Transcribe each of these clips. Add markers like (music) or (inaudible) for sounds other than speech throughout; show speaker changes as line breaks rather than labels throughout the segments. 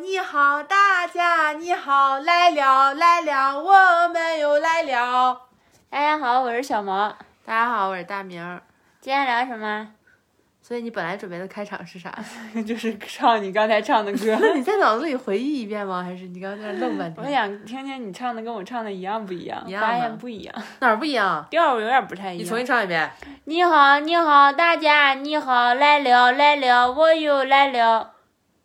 你好，大家你好，来了来了，我们又来了。
大家好，我是小毛。
大家好，我是大明儿。
今天聊什么？
所以你本来准备的开场 (laughs) 是啥？
(laughs) 就是唱你刚才唱的歌。
那你在脑子里回忆一遍吗？还是你刚才在那愣半
(laughs)
(laughs)
我
天？
想听听你唱的跟我唱的一样不一样？
一样吗
发现不一样，
哪儿不一样？
调儿有点不太一
你重
样。
新唱一遍。
你好，你好，大家你好，来了来了，我又来了。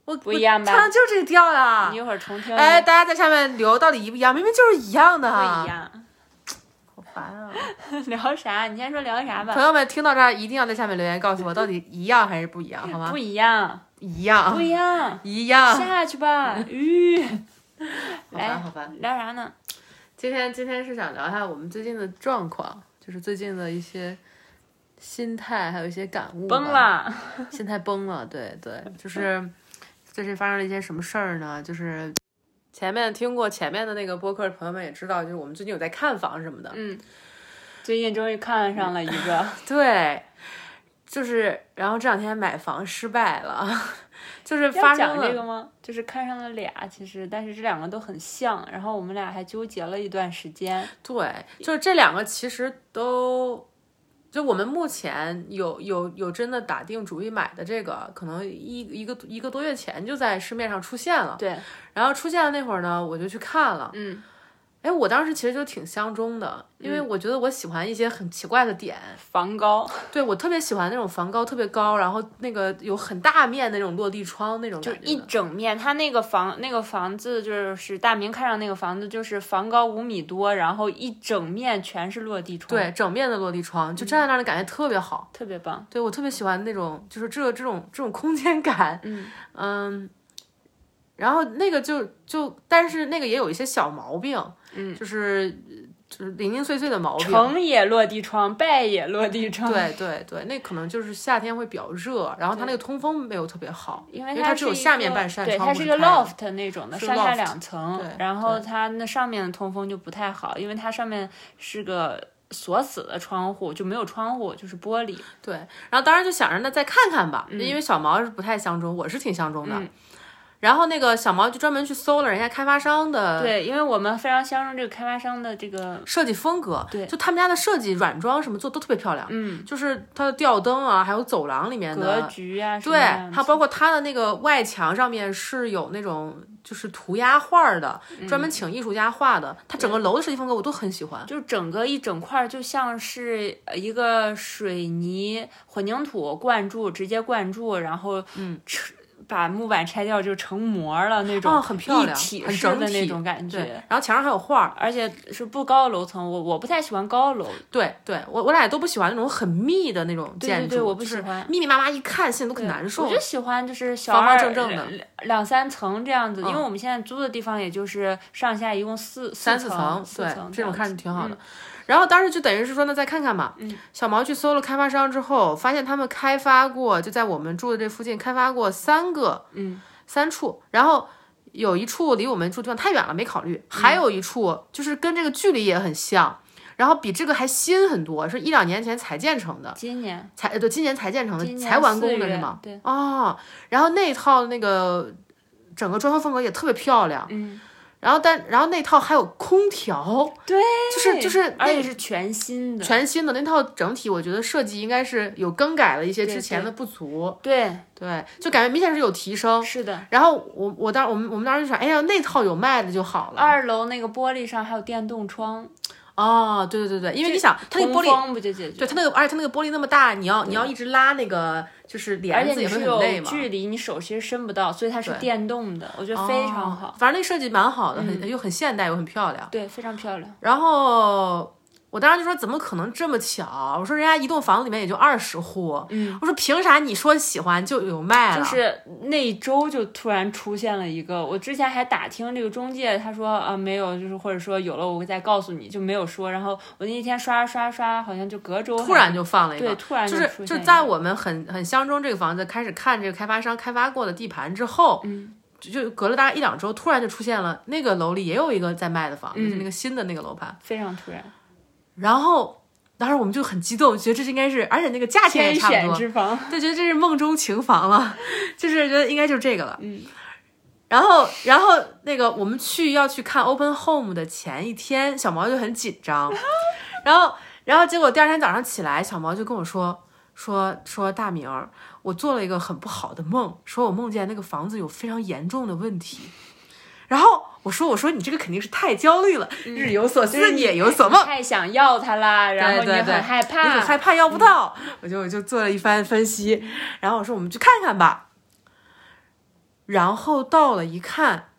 我
不一样吧
我唱就这个调了
你。一会儿重听。
哎，，大家在下面留到底一不一样？明明就是一样的
不
哈。
一。样。
好烦啊！
聊啥？你先说聊啥
朋
吧。
友们听到这儿，一定要在下面留言告诉我，到底一样还是不一样，好吗
不？一样，
一样
不，一哎样。
一样。
下去 (laughs) 吧。吁。
好烦，
来
好烦。
聊啥呢？
今天今天是想聊一下我们最近的状况，就是最近的一些心态，还有一些感悟。
崩，了。
心态崩了，对对，就是最近发生了一些什么事儿呢？就是前面听过前面的那个播客的朋友们也知道，就是我们最近有在看房什么的，
嗯，最近终于看上了一个，
(laughs) 对，就是然后这两天买房失败了， (laughs) 就是发
要
生
讲
了
这个吗？就是看上了俩，其实但是这两个都很像，然后我们俩还纠结了一段时间。
对，就是这两个其实都，就我们目前有有有真的打定主意买的这个，可能一一个一个多月前就在市面上出现了。
对，
然后出现的那会儿呢，我就去看了。
嗯，
哎，我当时其实就挺相中的，因为我觉得我喜欢一些很奇怪的点。
房高
对我特别喜欢那种房高特别高，然后那个有很大面那种落地窗那种
就
感觉
一
的。
整面，他那个房那个房子就是大明看上那个房子，就是房高五米多，然后一整面全是落地窗，，
对，整面的落地窗，
嗯
就站在那儿的感觉特别好。
特别棒。
对我特别喜欢那种，就是这这种这种空间感，
嗯
嗯，然后那个就就，但是那个也有一些小毛病，
嗯，
就是就是零零碎碎的毛病。
成也落地窗，败也落地窗。，
对对对，那可能就是夏天会比较热，然后它那个通风没有特别好，
因
因
为
为
它
只有
是一
下
个
面半扇
对，
窗
它
户
是一
是
个
开的
loft 那种的，
是
上下
loft，
两层
对。
然后
对
它那上面的通风就不太好，因为它上面是个锁死的窗户，就没有窗户，就是玻璃。
对，然后当时就想着那再看看吧，因为小毛是不太相中，我是挺相中的。
嗯
然后那个小毛就专门去搜了人家开发商的
对，因为我们非常相中这个开发商的这个，
设计风格，
对
就他们家的设计软装什么做得都特别漂亮，
嗯，
就是它的吊灯啊，还有走廊里面
格
的
局啊什么
对，
样
还有
的。
包括它的那个外墙上面是有那种就是涂鸦画儿的，
嗯
专门请艺术家画的。它整个楼的设计风格我都很喜欢。
就整个一整块儿就像是呃一个水泥混凝土灌注，直接灌注，然后嗯，把木板拆掉就成模了那种，
哦很漂亮
一体
很
式
整
的那
体
种感觉。
对，然后墙上还有画儿。
而且是不高楼层，我我不太喜欢高楼，
对，对我我俩都不喜欢那种很密的那种
对
建筑，
对我不
就是
喜欢
密密麻麻，一看心里都很难受
我。就喜欢就是小
方方
二
正正的嗯
两两三层这样子，因为我们现在租的地方也就是上下一共四
三
四
层，
四
对
层，
这种
样
看
子
着挺好的。然后当时就等于是说，那再看看吧。
嗯
小毛去搜了开发商之后，发现他们开发过，就在我们住的这附近开发过三个，
嗯，
三处。然后有一处离我们住地方太远了，没考虑；还有一处就是跟这个距离也很像，然后比这个还新很多，是一两年前才建成的，
今年
才呃对，今年才建成
今
的，
年
才完
四
工的
月
是吗？
对，
哦，然后那套那个整个装修风格也特别漂亮。
嗯，
然后但然后那套还有空调，
对，
就是就是
而
那
且是全新的，
全新的那套整体，我觉得设计应该是有更改了一些
对
之前的不足，
对，
对，就感觉明显是有提升。
是的。
然后我我当我们我们当时就想，哎呀，那套有卖的就好了。
二楼那个玻璃上还有电动窗，
哦，对对对对，因为你想，它那个玻
通
璃，
风不就解决
对它
了？
那个，而且它那个玻璃那么大，你要你要一直拉那个就是
而
帘
且
子
你
也会
是
很累
有
嘛。
距离，你手其实伸不到，所以它是电动的，我觉得非常好，
哦，嗯反正那个设计蛮好的，很又很现代又很漂亮。
对，非常漂亮。
然后我当时就说，怎么可能这么巧？我说人家一栋房子里面也就二十户，
嗯，
我说凭啥你说喜欢就有卖了？
就是那一周就突然出现了一个，我之前还打听这个中介，他说啊没有，就是或者说有了我会再告诉你，就没有说。然后我那一天刷刷刷，好像就隔周
突然就放了一个，
对突然
就
就是出现
就
一
在
个
我们很很相中这个房子，开始看这个开发商开发过的地盘之后，
嗯，
就就隔了大概一两周，突然就出现了那个楼里也有一个在卖的房子，
嗯
就那个新的那个楼盘，
非常突然，
然后。当时我们就很激动，觉得这是应该是，而且那个价钱
天
也差不
选
多，
之房，
就觉得这是梦中情房了，就是觉得应该就是这个了。
嗯，
然后，然后那个我们去要去看 Open Home 的前一天，小毛就很紧张，然后，然后结果第二天早上起来，小毛就跟我说说说大明儿，我做了一个很不好的梦，说我梦见那个房子有非常严重的问题。然后我说：“我说你这个肯定是太焦虑了，日有所
就是
思，
你
夜有
(laughs)
所梦。”
太想要它啦，然后你
对对对
很害
你很
怕，
害怕要 (laughs) 不到，我就我就做了一番分析，然后我说我们去看看吧，然后到了一看，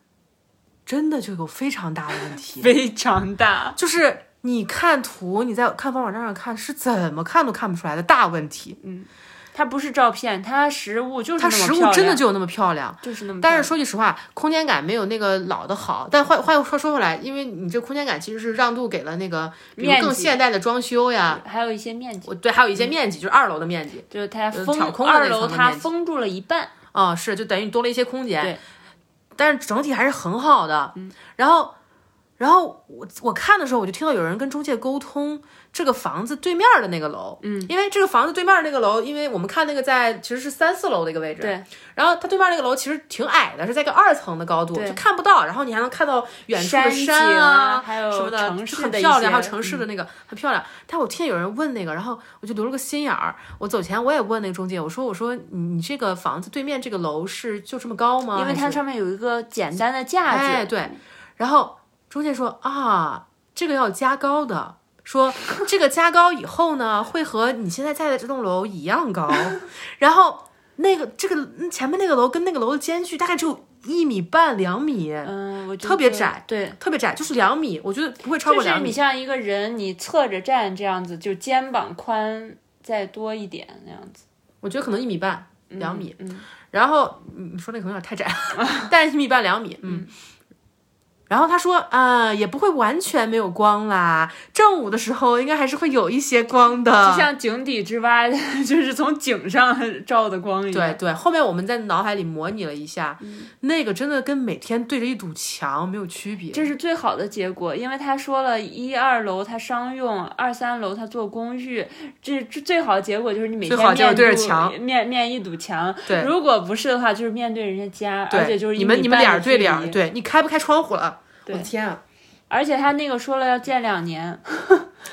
真的就有非常大的问题，
非常大，
就是你看图，你在看房网站上看是怎么看都看不出来的大问题，
它不是照片，它实物就是
它
那么
实物
漂
真的
亮嗯
就有那么漂亮。
就是那么漂
但
亮，
是说句实话，空间感没有那个老的好。但话话又说说回来，因为你这空间感其实是让渡给了那个，比
面
如更
积
现代的装修呀，
还有一些面积，
我对，还有一些面积，就是二楼的面积，
就是它
就是
封
挑呃空的那
二楼
层的
它
面积
封住了一半，
啊、是，就等于你多了一些空间。
对，嗯
但是整体还是很好的。然后，然后我我看的时候，我就听到有人跟中介沟通这个房子对面的那个楼，嗯，因为这个房子对面那个楼，因为我们看那个在其实是三四楼的一个位置，
对。
然后它对面那个楼其实挺矮的，是在一个二层的高度，
对
就看不到，然后你还能看到远处的
山景
山
啊还有
什么的，
城
就
市
很
的一
漂亮，
些
还有城市
嗯
的那个、很漂亮。但我听见有人问那个，然后我就留了个心眼儿。我走前我也问那个中介，我说我说你你这个房子对面这个楼是就这么高吗？
因为它
啊还是
上面有一个简单的架子，
哎对，然后中介说啊，这个要加高的。说这个加高以后呢，会和你现在在的这栋楼一样高， (laughs) 然后那个这个嗯前面那个楼跟那个楼的间距大概只有一米半两米，
嗯，我觉
特别
得
窄，
对，
特别窄，就是两米，我觉得不会超
就
过
是
两
你
米。
像一个人，你侧着站这样子，就肩膀宽再多一点那样子，
我觉得可能一米半两米，
嗯，
然后嗯你说那可能有点太窄， (laughs) 但是一米半两米，嗯。然后他说，啊、也不会完全没有光啦，正午的时候应该还是会有一些光的。
就像井底之蛙， (laughs) 就是从井上 (laughs) 照的光一嗯样。
对对，后面我们在脑海里模拟了一下，那个真的跟每天对着一堵墙没有区别。
这是最好的结果，因为他说了一二楼他商用，二三楼他做公寓，这这最好的结果就是你每
最
天
好就是
面
对着
对
墙
面面一堵墙。
对
如果不是的话，就是面对人家家，而且
对，
就是一
你们
米
你们
半
脸
的
儿对
距
脸儿，
离，
对你开不开窗户了？我
对
的天啊！
而且他那个说了要建两年，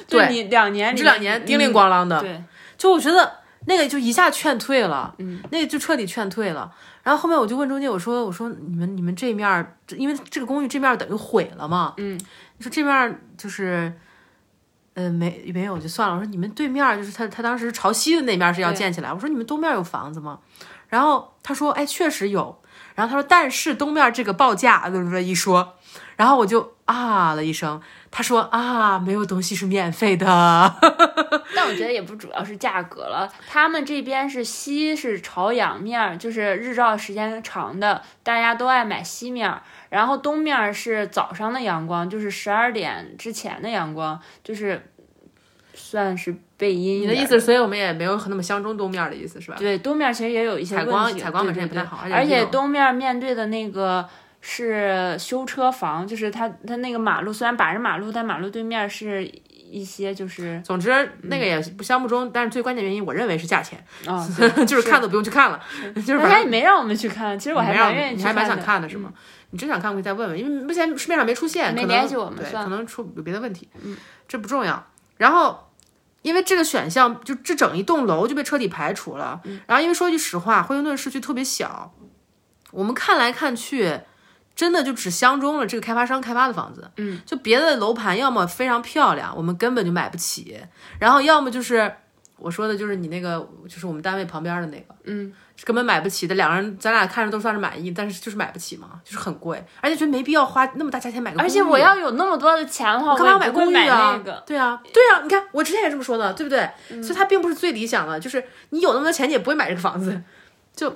就
对
你两年里
这两
面嗯
年叮铃咣啷的，
对，
就我觉得那个就一下劝退了，嗯，那个就彻底劝退了。然后后面我就问中介，我说我说你们你们这面儿，这因为这个公寓这面儿等于毁了嘛，嗯，你说这面儿就是，呃，没没有就算了。我说你们对面儿就是他他当时朝西的那面儿是要
对
建起来，我说你们东面儿有房子吗？然后他说哎确实有，然后他说但是东面儿这个报价怎么怎么一说，然后我就啊了一声，他说啊没有东西是免费的。
但我觉得也不主要是价格了，他们这边是西是朝阳面儿，就是日照时间长的，大家都爱买西面儿。然后东面儿是早上的阳光，就是十二点之前的阳光，就是算是背阴。
你的意思，是，所以我们也没有那么相中东面的意思，是吧？
对，东面儿其实也有一些
啊采
问
光
题
采光
对
本身也
对
不太
对
好而
而
且
且
这种
东面儿面对的那个是修车房，就是它它那个马路虽然把着马路，但马路对面是一些就是
总之，那个也不相不中，但是最关键原因，我认为是价钱， (laughs)
啊、
就是看都不用去看了，就是
但
反
他
正
也没让我们去看，其实我还
没让
蛮愿意
你
去
还
看
蛮想
的嗯
看的是吗？你真想看，我可以再问问，因为目前市面上没出现，
没
可能
联系我们嗯
对，
算了
可能出有别的问题，嗯这不重要。然后。因为这个选项，就这整一栋楼就被彻底排除了。
嗯
然后，因为说句实话，惠灵顿市区特别小，我们看来看去，真的就只相中了这个开发商开发的房子。嗯，就别的楼盘要么非常漂亮，我们根本就买不起，然后要么就是我说的，就是你那个，就是我们单位旁边的那个，嗯，根本买不起的。两个人，咱俩看着都算是满意，但是就是买不起嘛，就是很贵，而且觉得没必要花那么大价钱买个公
而
寓。
且我要有那么多的钱的话，
我干嘛
也
要
不会
公寓
买
啊？
那个。
对啊，对啊，你看我之前也这么说的，对不对？所以它并不是最理想的，就是你有那么多钱，你也不会买这个房子。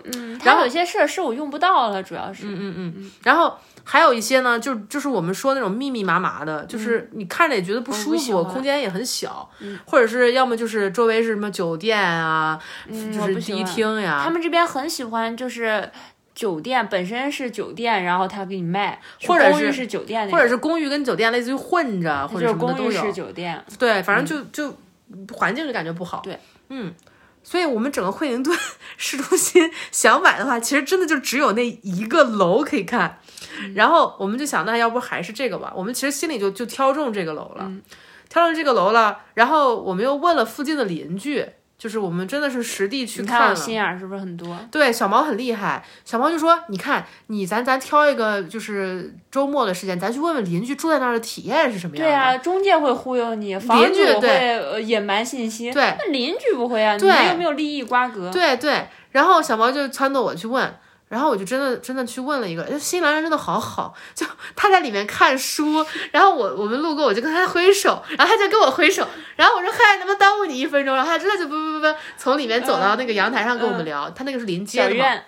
嗯，
然
它有些事儿是我用不到了，主要是。嗯嗯
然后还有一些呢，就就是我们说那种密密麻麻的，就是你看着也觉得不舒服，
嗯哦我不喜欢嗯
空间也很小，或者是要么就是周围是什么酒店啊，
嗯我
就
不
是
喜
迪
欢
厅呀、
他们这边很喜欢就是酒店本身是酒店，然后他给你卖，
或者
公寓
是
是酒店那
或者
种，
是公寓跟酒店类似于混着，或
或
者什
就是
么的
公
都
寓式
有。
酒店。
对，反正就就环境就感觉不好。
嗯对，
嗯，所以我们整个惠灵顿 (laughs) 市中心想买的话，其实真的就只有那一个楼可以看。
嗯
然后我们就想，那要不还是这个吧？我们其实心里就就挑中这个楼
嗯
了，挑中这个楼了。然后我们又问了附近的邻居，就是我们真的是实地去
你看我
了。
心眼儿是不是很多？
对，小毛很厉害。小毛就说：“你看，你咱咱挑一个，就是周末的时间，咱去问问邻居住在那儿的体验是什么样
对
的。
啊，中介会忽悠你，房
邻
主
居对
会呃隐瞒信息，
对
那邻居不会啊，你
对
们又没有利益瓜葛，
对对，然后小毛就撺掇我去问，然后我就真的真的去问了一个，哎新西兰人真的好好，就 (laughs) 他在里面看书，然后我我们路过我就跟他挥手，然后他就跟我挥手，然后我说嗨，能不能耽误你一分钟？然后他真的就不不不不从里面走到那个阳台上跟我们聊，他那个是临街
小
的嘛，
院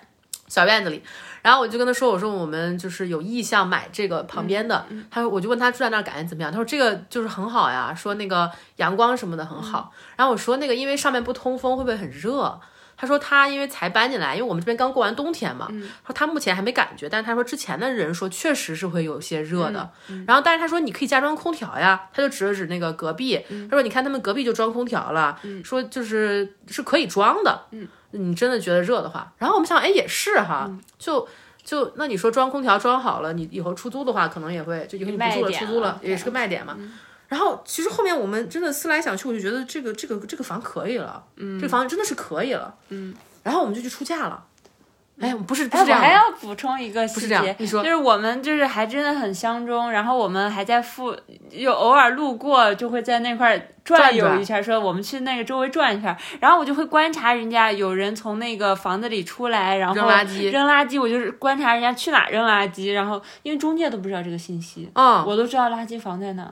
小院子里。然后我就跟他说，我说我们就是有意向买这个旁边的，他说我就问他住在那儿感觉怎么样，他说这个就是很好呀，说那个阳光什么的很好。然后我说那个因为上面不通风会不会很热？他说他因为才搬进来，因为我们这边刚过完冬天嘛，
嗯
他说他目前还没感觉，但是他说之前的人说确实是会有些热的。
嗯
然后但是他说你可以加装空调呀，他就指了指那个隔壁，
嗯
他说你看他们隔壁就装空调了，说就是是可以装的。
嗯
你真的觉得热的话，然后我们想，哎，也是哈，就就那你说装空调装好了，你以后出租的话，可能也会就以后你不
卖
住了，
点嗯
出租
了
了也是个卖点嘛。然后其实后面我们真的思来想去，我就觉得这个这个这个房可以了，嗯，这个房真的是可以了，嗯。然后我们就去出价了，哎，不是不
哎，
是这
我
样
还
的，
要补充一个细
这样
节，
你说
就是我们就是还真的很相中，然后我们还在附，就偶尔路过就会在那块儿转
转
悠
转
一下，说我们去那个周围转一圈，然后我就会观察人家有人从那个房子里出来，然后
扔垃圾
扔垃圾，我就是观察人家去哪扔垃圾，然后因为中介都不知道这个信息，
嗯
我都知道垃圾房在哪，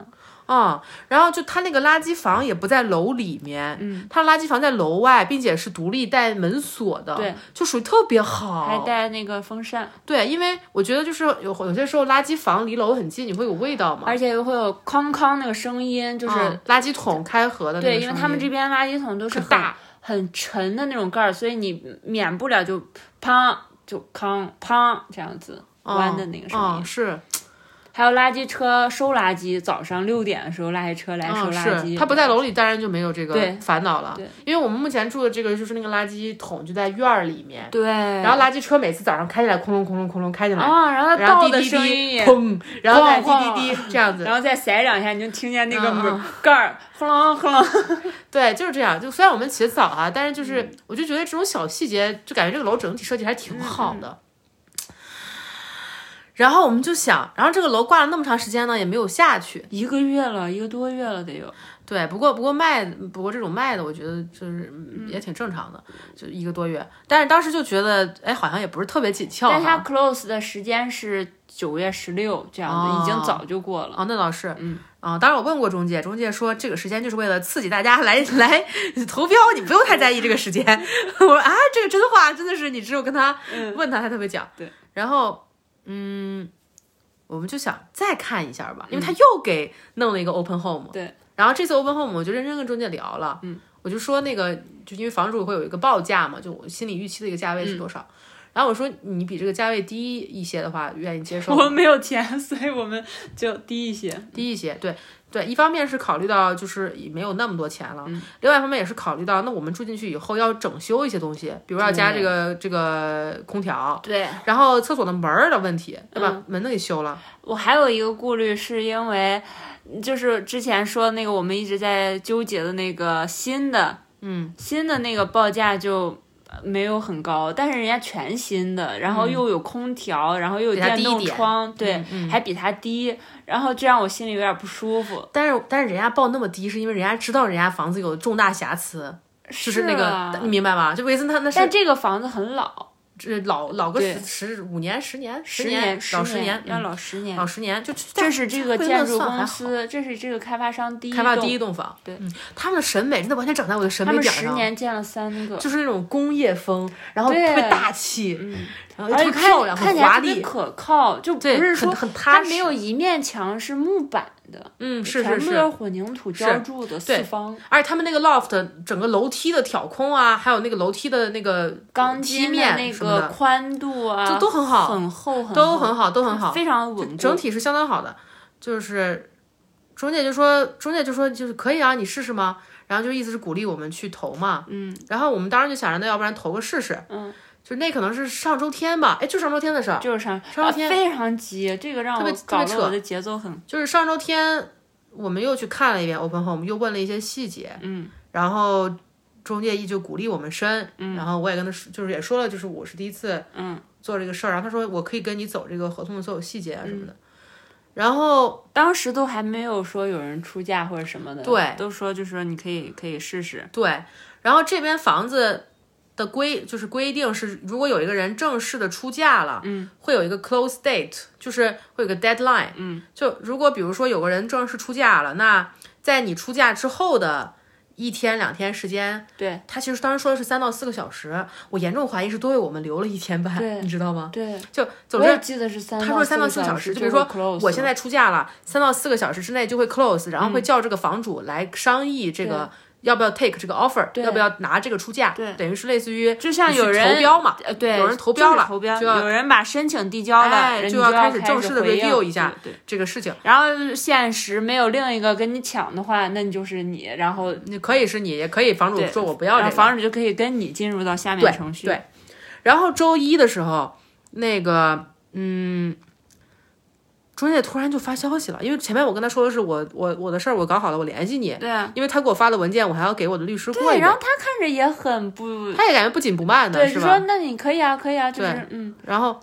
嗯，然后就他那个垃圾房也不在楼里面，嗯，他垃圾房在楼外，并且是独立带门锁的，
对，哎
就属于特别好，
还带那个风扇，
对，因为我觉得就是有有些时候垃圾房离楼很近，你会有味道嘛，
而且又会有哐哐那个声音，就是。
嗯垃圾桶开合的那个
对，因为他们这边垃圾桶都是
很
很
大
很沉的那种盖儿，所以你免不了就砰就康砰这样子弯的那个声音。
嗯、是，
还有垃圾车收垃圾，早上六点的时候垃圾车来收
嗯
垃圾。
是，他不在楼里，当然就没有这个
对
烦恼了。因为我们目前住的这个就是那个垃圾桶就在院儿里面，
对，
然后垃圾车每次早上开起来，哐隆哐隆哐隆开进来，
啊，然后它
然后
倒
滴
的
滴
声音
滴，
也。
砰，然后再滴
哐
滴滴这样子。
然后再甩两下，你就听见那个
嗯
门盖儿轰隆轰隆。
对，就是这样。就虽然我们起得早啊，但是就是、
嗯
我就觉得这种小细节，就感觉这个楼整体设计还挺好
嗯
的。然后我们就想，然后这个楼挂了那么长时间呢，也没有下去。
一个月了，一个多月了得有。
对，不过不过卖，不过这种卖的，我觉得就是嗯也挺正常的，就一个多月。但是当时就觉得，哎，好像也不是特别紧俏
但它
哈。
close 的时间是九月十六这样子，已经
哦
早就过了。
哦，那倒是，嗯，啊、当然我问过中介，中介说这个时间就是为了刺激大家来 (laughs) 来投标，你不用太在意这个时间。 (laughs) 我说啊，这个真话真的是，你只有跟他
嗯
问他，他才会讲。
对，
然后嗯，我们就想再看一下吧，因为他又给弄了一个 open home。
嗯对，
然后这次 open home 我就认真跟中介聊了，嗯，我就说那个就因为房主会有一个报价嘛，就我心里预期的一个价位
嗯
是多少。然后我说你比这个价位低一些的话，愿意接受
我
吗
们没有钱，所以我们就低一些。
低一些，对对，一方面是考虑到就是也没有那么多钱了，另外一方面也是考虑到那我们住进去以后要整修一些东西，比如要加这个这个空调，
对
然后厕所的门儿的问题，对吧？门都给修了，
我还有一个顾虑，是因为就是之前说那个我们一直在纠结的那个新的，嗯，新的那个报价就。呃没有很高，但是人家全新的，然后又有空调，然后又
嗯
有
比它
电
低一
动
点嗯
窗，对，还比它低，然后这让我心里有点不舒服。
但是但是人家报那么低，是因为人家知道人家房子有重大瑕疵，就是那
啊
个你明白吗？就维森他那是
但这个房子很老，
这老老个
对
十十五年十年
十
年
十
老十
年，要
嗯
老十年。
老十年，就这
这是这个
惠
建
勒
筑
算还
公
好
司，这是这个开发商第一
开发
栋
第一栋房，
对
嗯，他们的审美真的完全长在我的审
他
美
们
点
十
上。
年建了三个，
就是那种工业风，然后特
对嗯
别大气，然后特
而且
别
哎看
漂亮，
看
很
起来
华
特别
丽，
可靠，就不
对
是
很
说
很踏
它
实
没有一面墙是木板的，
嗯，是
全
是
部都是
是。
混凝土浇筑的四
对
方
而且他们那个 loft 整个楼梯的挑空啊，还有那个楼梯的那个
钢
梯
筋
面
那
什么
个
的，
宽度啊，
就都很好
很厚，很
都
厚
很好，都很好，
非常稳固。
整体是相当好的。就是中介就说，中介就说就是可以啊，你试试吗？然后就意思是鼓励我们去投嘛，嗯，然后我们当时就想着，那要不然投个试试，嗯，就那可能是上周天吧，哎，就上周天的事儿，
就是上
上
啊非常急，这个让
特
我
别特
搞得
别
我的节奏很
就是上周天我们又去看了一遍 Open Home，又问了一些细节，嗯，然后中介一就鼓励我们申，嗯，然后我也跟他说，就是也说了，就是我是第一次，嗯，做这个事儿，然后他说我可以跟你走这个合同的所有细节啊什么的，然后
当时都还没有说有人出价或者什么的，
对，
都说就说你可以可以试试，
对，然后这边房子的规就是规定是，如果有一个人正式的出价了，嗯，会有一个 close date，就是会有个 deadline，嗯，就如果比如说有个人正式出价了，那在你出价之后的。一天两天时间，哎
对
他其实当时说的是三到四个小时，我严重怀疑是多为我们留了一天半
对，
你知道吗？
对，
就总
我
之
也记得是三，
他说三到
四
四个小时，
时，
就
就
比如
会
说
close
我现
了嗯
在出价了，三到四个小时之内就会 close，然后会叫这个房主来商议这个要不要 take 这个 offer，
对
要不要拿这个出价，
对
等于是类似于
就像
你去
有人
投标嘛，
呃对，
有人投标
就是
了
投标
就要
有人把申请递交了，
哎
人
就
你
要
要
开
开
始正式地
回应
review 一下
对对
这个事情，
然后现实没有另一个跟你抢的话，那你就是你，然后
你可以是你，也可以房主
对
说我不
然
要
后
这个。
房主就可以跟你进入到下
对
面程序。
对然后周一的时候，那个嗯。中介突然就发消息了，因为前面我跟他说的是我我我的事儿我搞好了，我联系你。
对啊
因为他给我发的文件，我还要给我的律师过
对，
一遍。
然后他看着也很不，
他也感觉不紧不慢的，
对，
是
就
吧？
说那你可以啊，可以啊，就是嗯，
然后，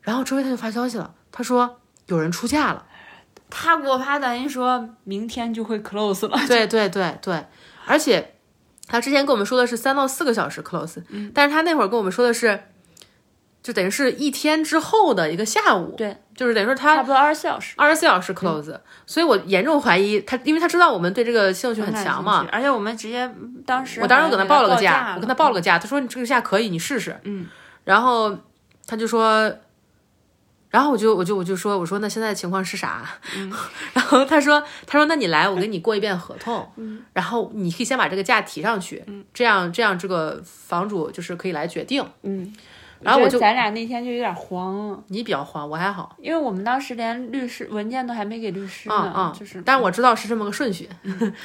然后周一他就发消息了，他说有人出价了。 (laughs)
他给我发短信说明天就会 close 了，
对对对对，而且他之前跟我们说的是三到四个小时 close，、但是
嗯
他那会儿跟我们说的是，就等于是一天之后的一个下午，
对，嗯
就是等于说
差
他
不多二十四小时。
二十四小时 close，、所以我严重怀疑他，因为他知道我们对这个兴趣很
感
强
兴
嘛，
趣，而且我们直接当时
我当时
好
给
像
他
给
报
报
了个价，
价，
我跟他报了个价，他说你这个价可以，你试试。嗯，然后他就说，然后我就我就我就说，我说那现在情况是啥？ (laughs) 然后他说他说那你来，我给你过一遍合同，嗯、然后你可以先把这个价提上去，嗯、这样这样这个房主就是可以来决定。
嗯，
然后我
觉得
就
咱俩那天就有点慌了，
你比较慌，我还好，
因为我们当时连律师文件都还没给律师
嗯
呢，
嗯， (laughs)
就是
但我知道是这么个顺序，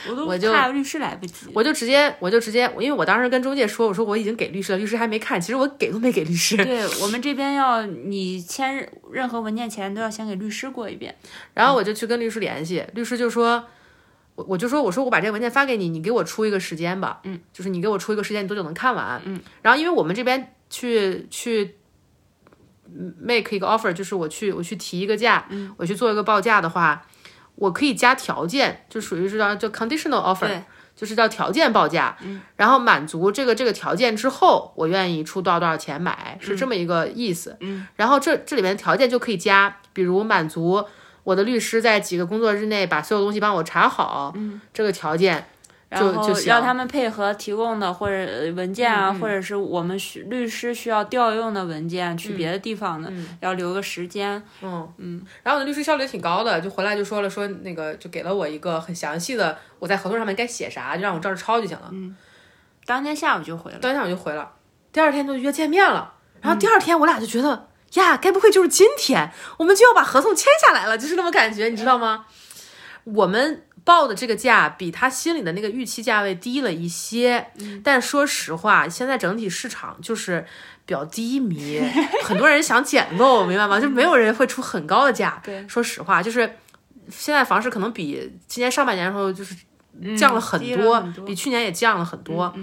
我都
我就
怕律师来不及。
我就直接我就直接，因为我当时跟中介说，我说我已经给律师了，律师还没看，其实我给都没给律师。
对我们这边要你签任任何文件前都要先给律师过一遍，
然后我就去跟律师联系，律师就说，我我就说我说我把这个文件发给你，你给我出一个时间吧，嗯，就是你给我出一个时间，你多久能看完，嗯，然后因为我们这边去去嗯 make 一个 offer，就是我去我去提一个价，嗯，我去做一个报价的话，我可以加条件，就属于是叫叫 conditional offer
对。
就是叫条件报价，嗯、然后满足这个这个条件之后，我愿意出多少多少钱买，是这么一个意思。嗯，然后这这里面条件就可以加，比如满足我的律师在几个工作日内把所有东西帮我查好，嗯，这个条件
然
就
后
就行嗯
要他们配合提供的或者呃文件啊，或者是我们需律师需要调用的文件
嗯
去别的地方的，要留个时间。
然后我的律师效率也挺高的，就回来就说了说那个就给了我一个很详细的我在合同上面该写啥，就让我照着抄就行了。
当天下午就回了，嗯
当天我就回了，第二天就约见面了。然后第二天我俩就觉得、呀，该不会就是今天我们就要把合同签下来了，就是那种感觉，你知道吗？我们报的这个价比他心里的那个预期价位低了一些，
嗯
但说实话，现在整体市场就是比较低迷，很多人想捡漏，明白
(laughs)
吗？就没有人会出很高的价。
嗯对
说实话，就是现在房市可能比今年上半年的时候就是降了很
嗯低了
多，
很多
比去年也降了很多。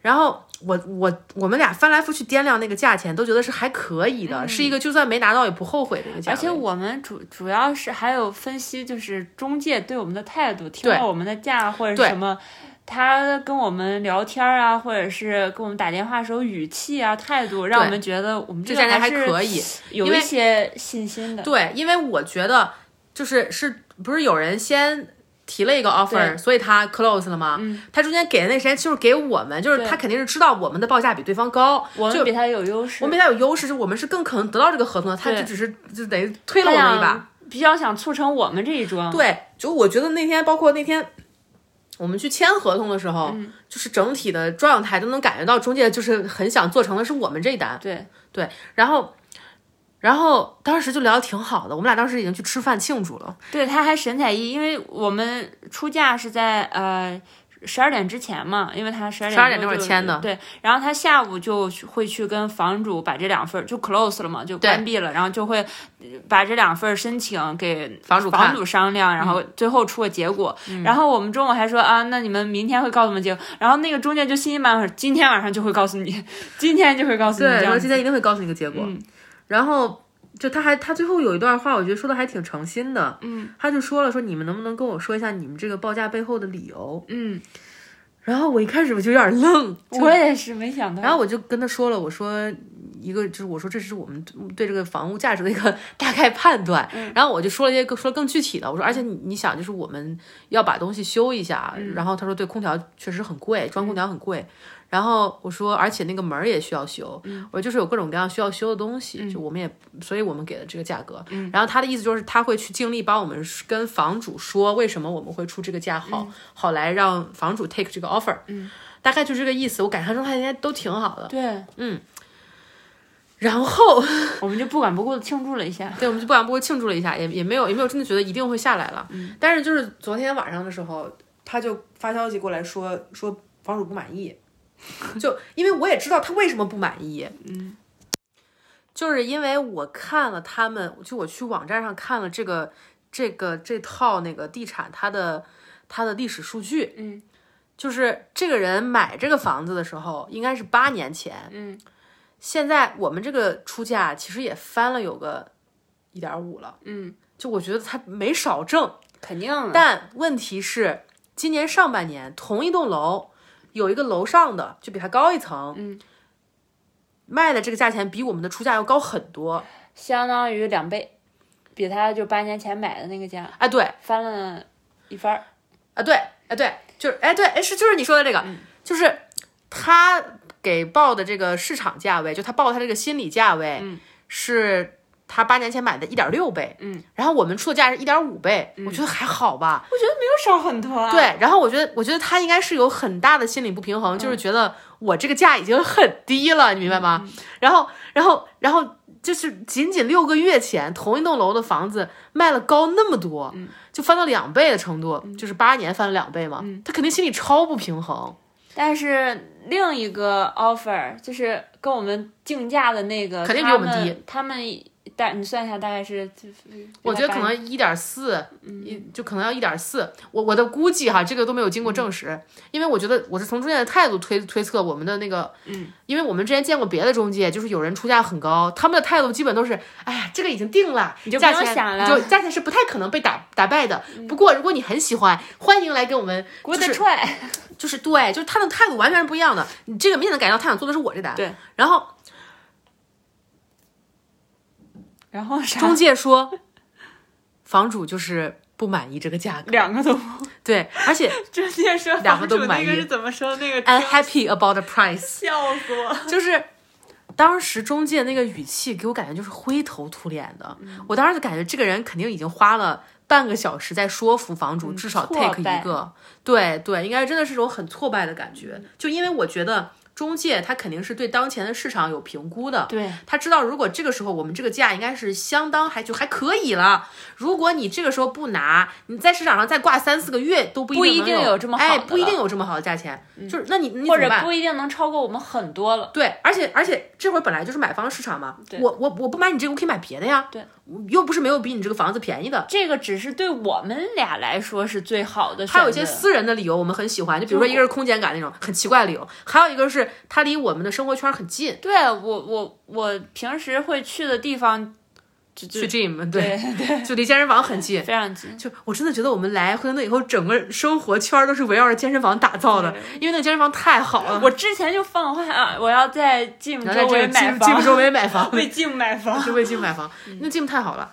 然后我我我们俩翻来覆去掂量那个价钱，都觉得是还可以的，是一个就算没拿到也不后悔的一个价
嗯而
位。
且我们主主要是还有分析，就是中介对我们的态度，听到我们的价或者
对
什么，他跟我们聊天啊，或者是跟我们打电话的时候语气啊、态度，让我们觉得我们
这
个
价钱还
是
可以，因
有
为
一些信心的。
对，因为我觉得就是是不是有人先提了一个
对嗯
offer，所以他 close 了吗？他中间给的那时间就是给我们，就是
对
他肯定是知道我们的报价比对方高，
我
就
们比他有优势，
我们比他有优势，就我们是更可能得到这个合同的，他就
对
只是就等于推了
他
我们一把。
想比较想促成我们这一桩。
对，就我觉得那天，包括那天我们去签合同的时候，就是整体的状态都能感觉到中介就是很想做成的是我们这一单，
对
对，然后。然后当时就聊得挺好的，我们俩当时已经去吃饭庆祝了。
对，他还神采奕奕，因为我们出价是在呃十二点之前嘛，因为他十二点
12点
钟
那会儿
就
签的
对，然后他下午就会去跟房主把这两份儿就 close 了嘛，就关闭了，然后就会呃把这两份儿申请给
房主
房
看嗯
主商量，然后最后出个结果。然后我们中午还说啊，那你们明天会告诉我们结果，然后那个中介就信心满满，今天晚上就会告诉你， (laughs) 今天就会告诉你这
对，说
样
今
子。
天一定会告诉你个结果。然后就他还他最后有一段话，我觉得说的还挺诚心的。嗯，他就说了说你们能不能跟我说一下你们这个报价背后的理由？
嗯，
然后我一开始我就有点愣，就
我也是没想到。
然后我就跟他说了，我说一个就是我说这是我们对这个房屋价值的一个 (laughs) 大概判断，然后我就说了一个说了更具体的，我说而且你你想就是我们要把东西修一下，然后他说对，空调确实很贵，装空调很贵。然后我说，而且那个门儿也需要修，我说就是有各种各样需要修的东西，就我们也，所以我们给了这个价格。然后他的意思就是他会去尽力帮我们跟房主说为什么我们会出这个价好，好来让房主 take 这个 offer。大概就这个意思。我感觉他状态应该都挺好的。
对，
嗯然后，
我们就不管不顾的庆祝了一下。
对，我们就不管不顾庆祝了一下，也也没有也没有真的觉得一定会下来了。
嗯
但是就是昨天晚上的时候，他就发消息过来说说房主不满
(laughs)
意，就因为我也知道他为什么不满意。嗯。就是因为我看了他们，就我去网站上看了这个这个这套那个地产它的它的历史数据，
嗯，
就是这个人买这个房子的时候应该是八年前，
嗯，
现在我们这个出价其实也翻了有个一点五了，
嗯，
就我觉得他没少挣，
肯定的。
但问题是今年上半年同一栋楼有一个楼上的就比它高一层，
嗯，
卖的这个价钱比我们的出价要高很多，
相当于两倍，比他就八年前买的那个价
哎，对，
翻了一番儿。
啊，对，哎，对，就是，哎，对，哎，是就是你说的这个，
嗯
就是他给报的这个市场价位，就他报他这个心理价位，是他八年前买的一点六倍，
嗯，
然后我们出的价是一点五倍，我觉得还好吧，
我觉得没有少很多啊。，
对，然后我觉得，我觉得他应该是有很大的心理不平衡，就是觉得我这个价已经很低了，你明白吗？然后，然后，然后就是仅仅六个月前，同一栋楼的房子卖了高那么多，就翻到两倍的程度，就是八年翻了两倍嘛，他肯定心里超不平衡。
但是另一个 offer 就是跟我们竞价的那个，
肯定比我们
他
低。
他们大，你算一下，大概是？
我觉得可能一点四，
嗯
一就可能要一点四。我我的估计哈，这个都没有经过证实，因为我觉得我是从中介的态度推推测我们的那个，嗯，因为我们之前见过别的中介，就是有人出价很高，他们的态度基本都是，哎呀，这个已经定了，
你就不
价
用
钱
想了嗯
你就价钱是不太可能被打打败的。不过如果你很喜欢，欢迎来跟我们，
我
就
得
是
踹。
就是对，就是他的态度完全是不一样的。你这个明显能感觉到他想做的是我这单，
对，
然后
(laughs) 然后啥
中？介说，房主就是不满意这个价格，
两个都，
对，而且
(laughs) 中介说
两个都
房
不
主
满意嗯
那个是怎么说的？那个
unhappy about the price，
笑死我
(laughs)
了。
就是当时中介那个语气给我感觉就是灰头土脸的，
嗯
我当时就感觉这个人肯定已经花了半个小时在说服房主，至少
嗯挫
take
败
一个，对对，应该真的是种很挫败的感
嗯
觉，就因为我觉得。中介他肯定是对当前的市场有评估的，
对，
他知道如果这个时候我们这个价应该是相当还就还可以了。如果你这个时候不拿，你在市场上再挂三四个月都不
不
一
一
定能
定
有
有这么好
哎，
的
不一
了嗯
定有这么好的价钱，就是那你你怎
或
么
者
办
不一定能超过我们很多了。
对，而且而且这会儿本来就是买方市场嘛，我我我不买你这个，我可以买别的呀。
对，
又不是没有比你这个房子便宜的。
这个只是对我们俩来说是最好的选择。
还有一些私人的理由，我们很喜欢，就比如说一个是空间感那种很奇怪的理由，还有一个是它离我们的生活圈很近，
对我我我平时会去的地方，就就
去 gym，
对
对，就离健身房很近。
非常近。
就我真的觉得我们来惠灵顿以后，整个生活圈都是围绕着健身房打造的
对，
因为那个健身房太好了。
我之前就放话啊，我要在 Jim
然后在
周
这
围
个
买
gym gym
房，嗯
周围买 (laughs)
(laughs)
房，
为 Jim 买房。
就为 gym 买房，那 gym 太好了。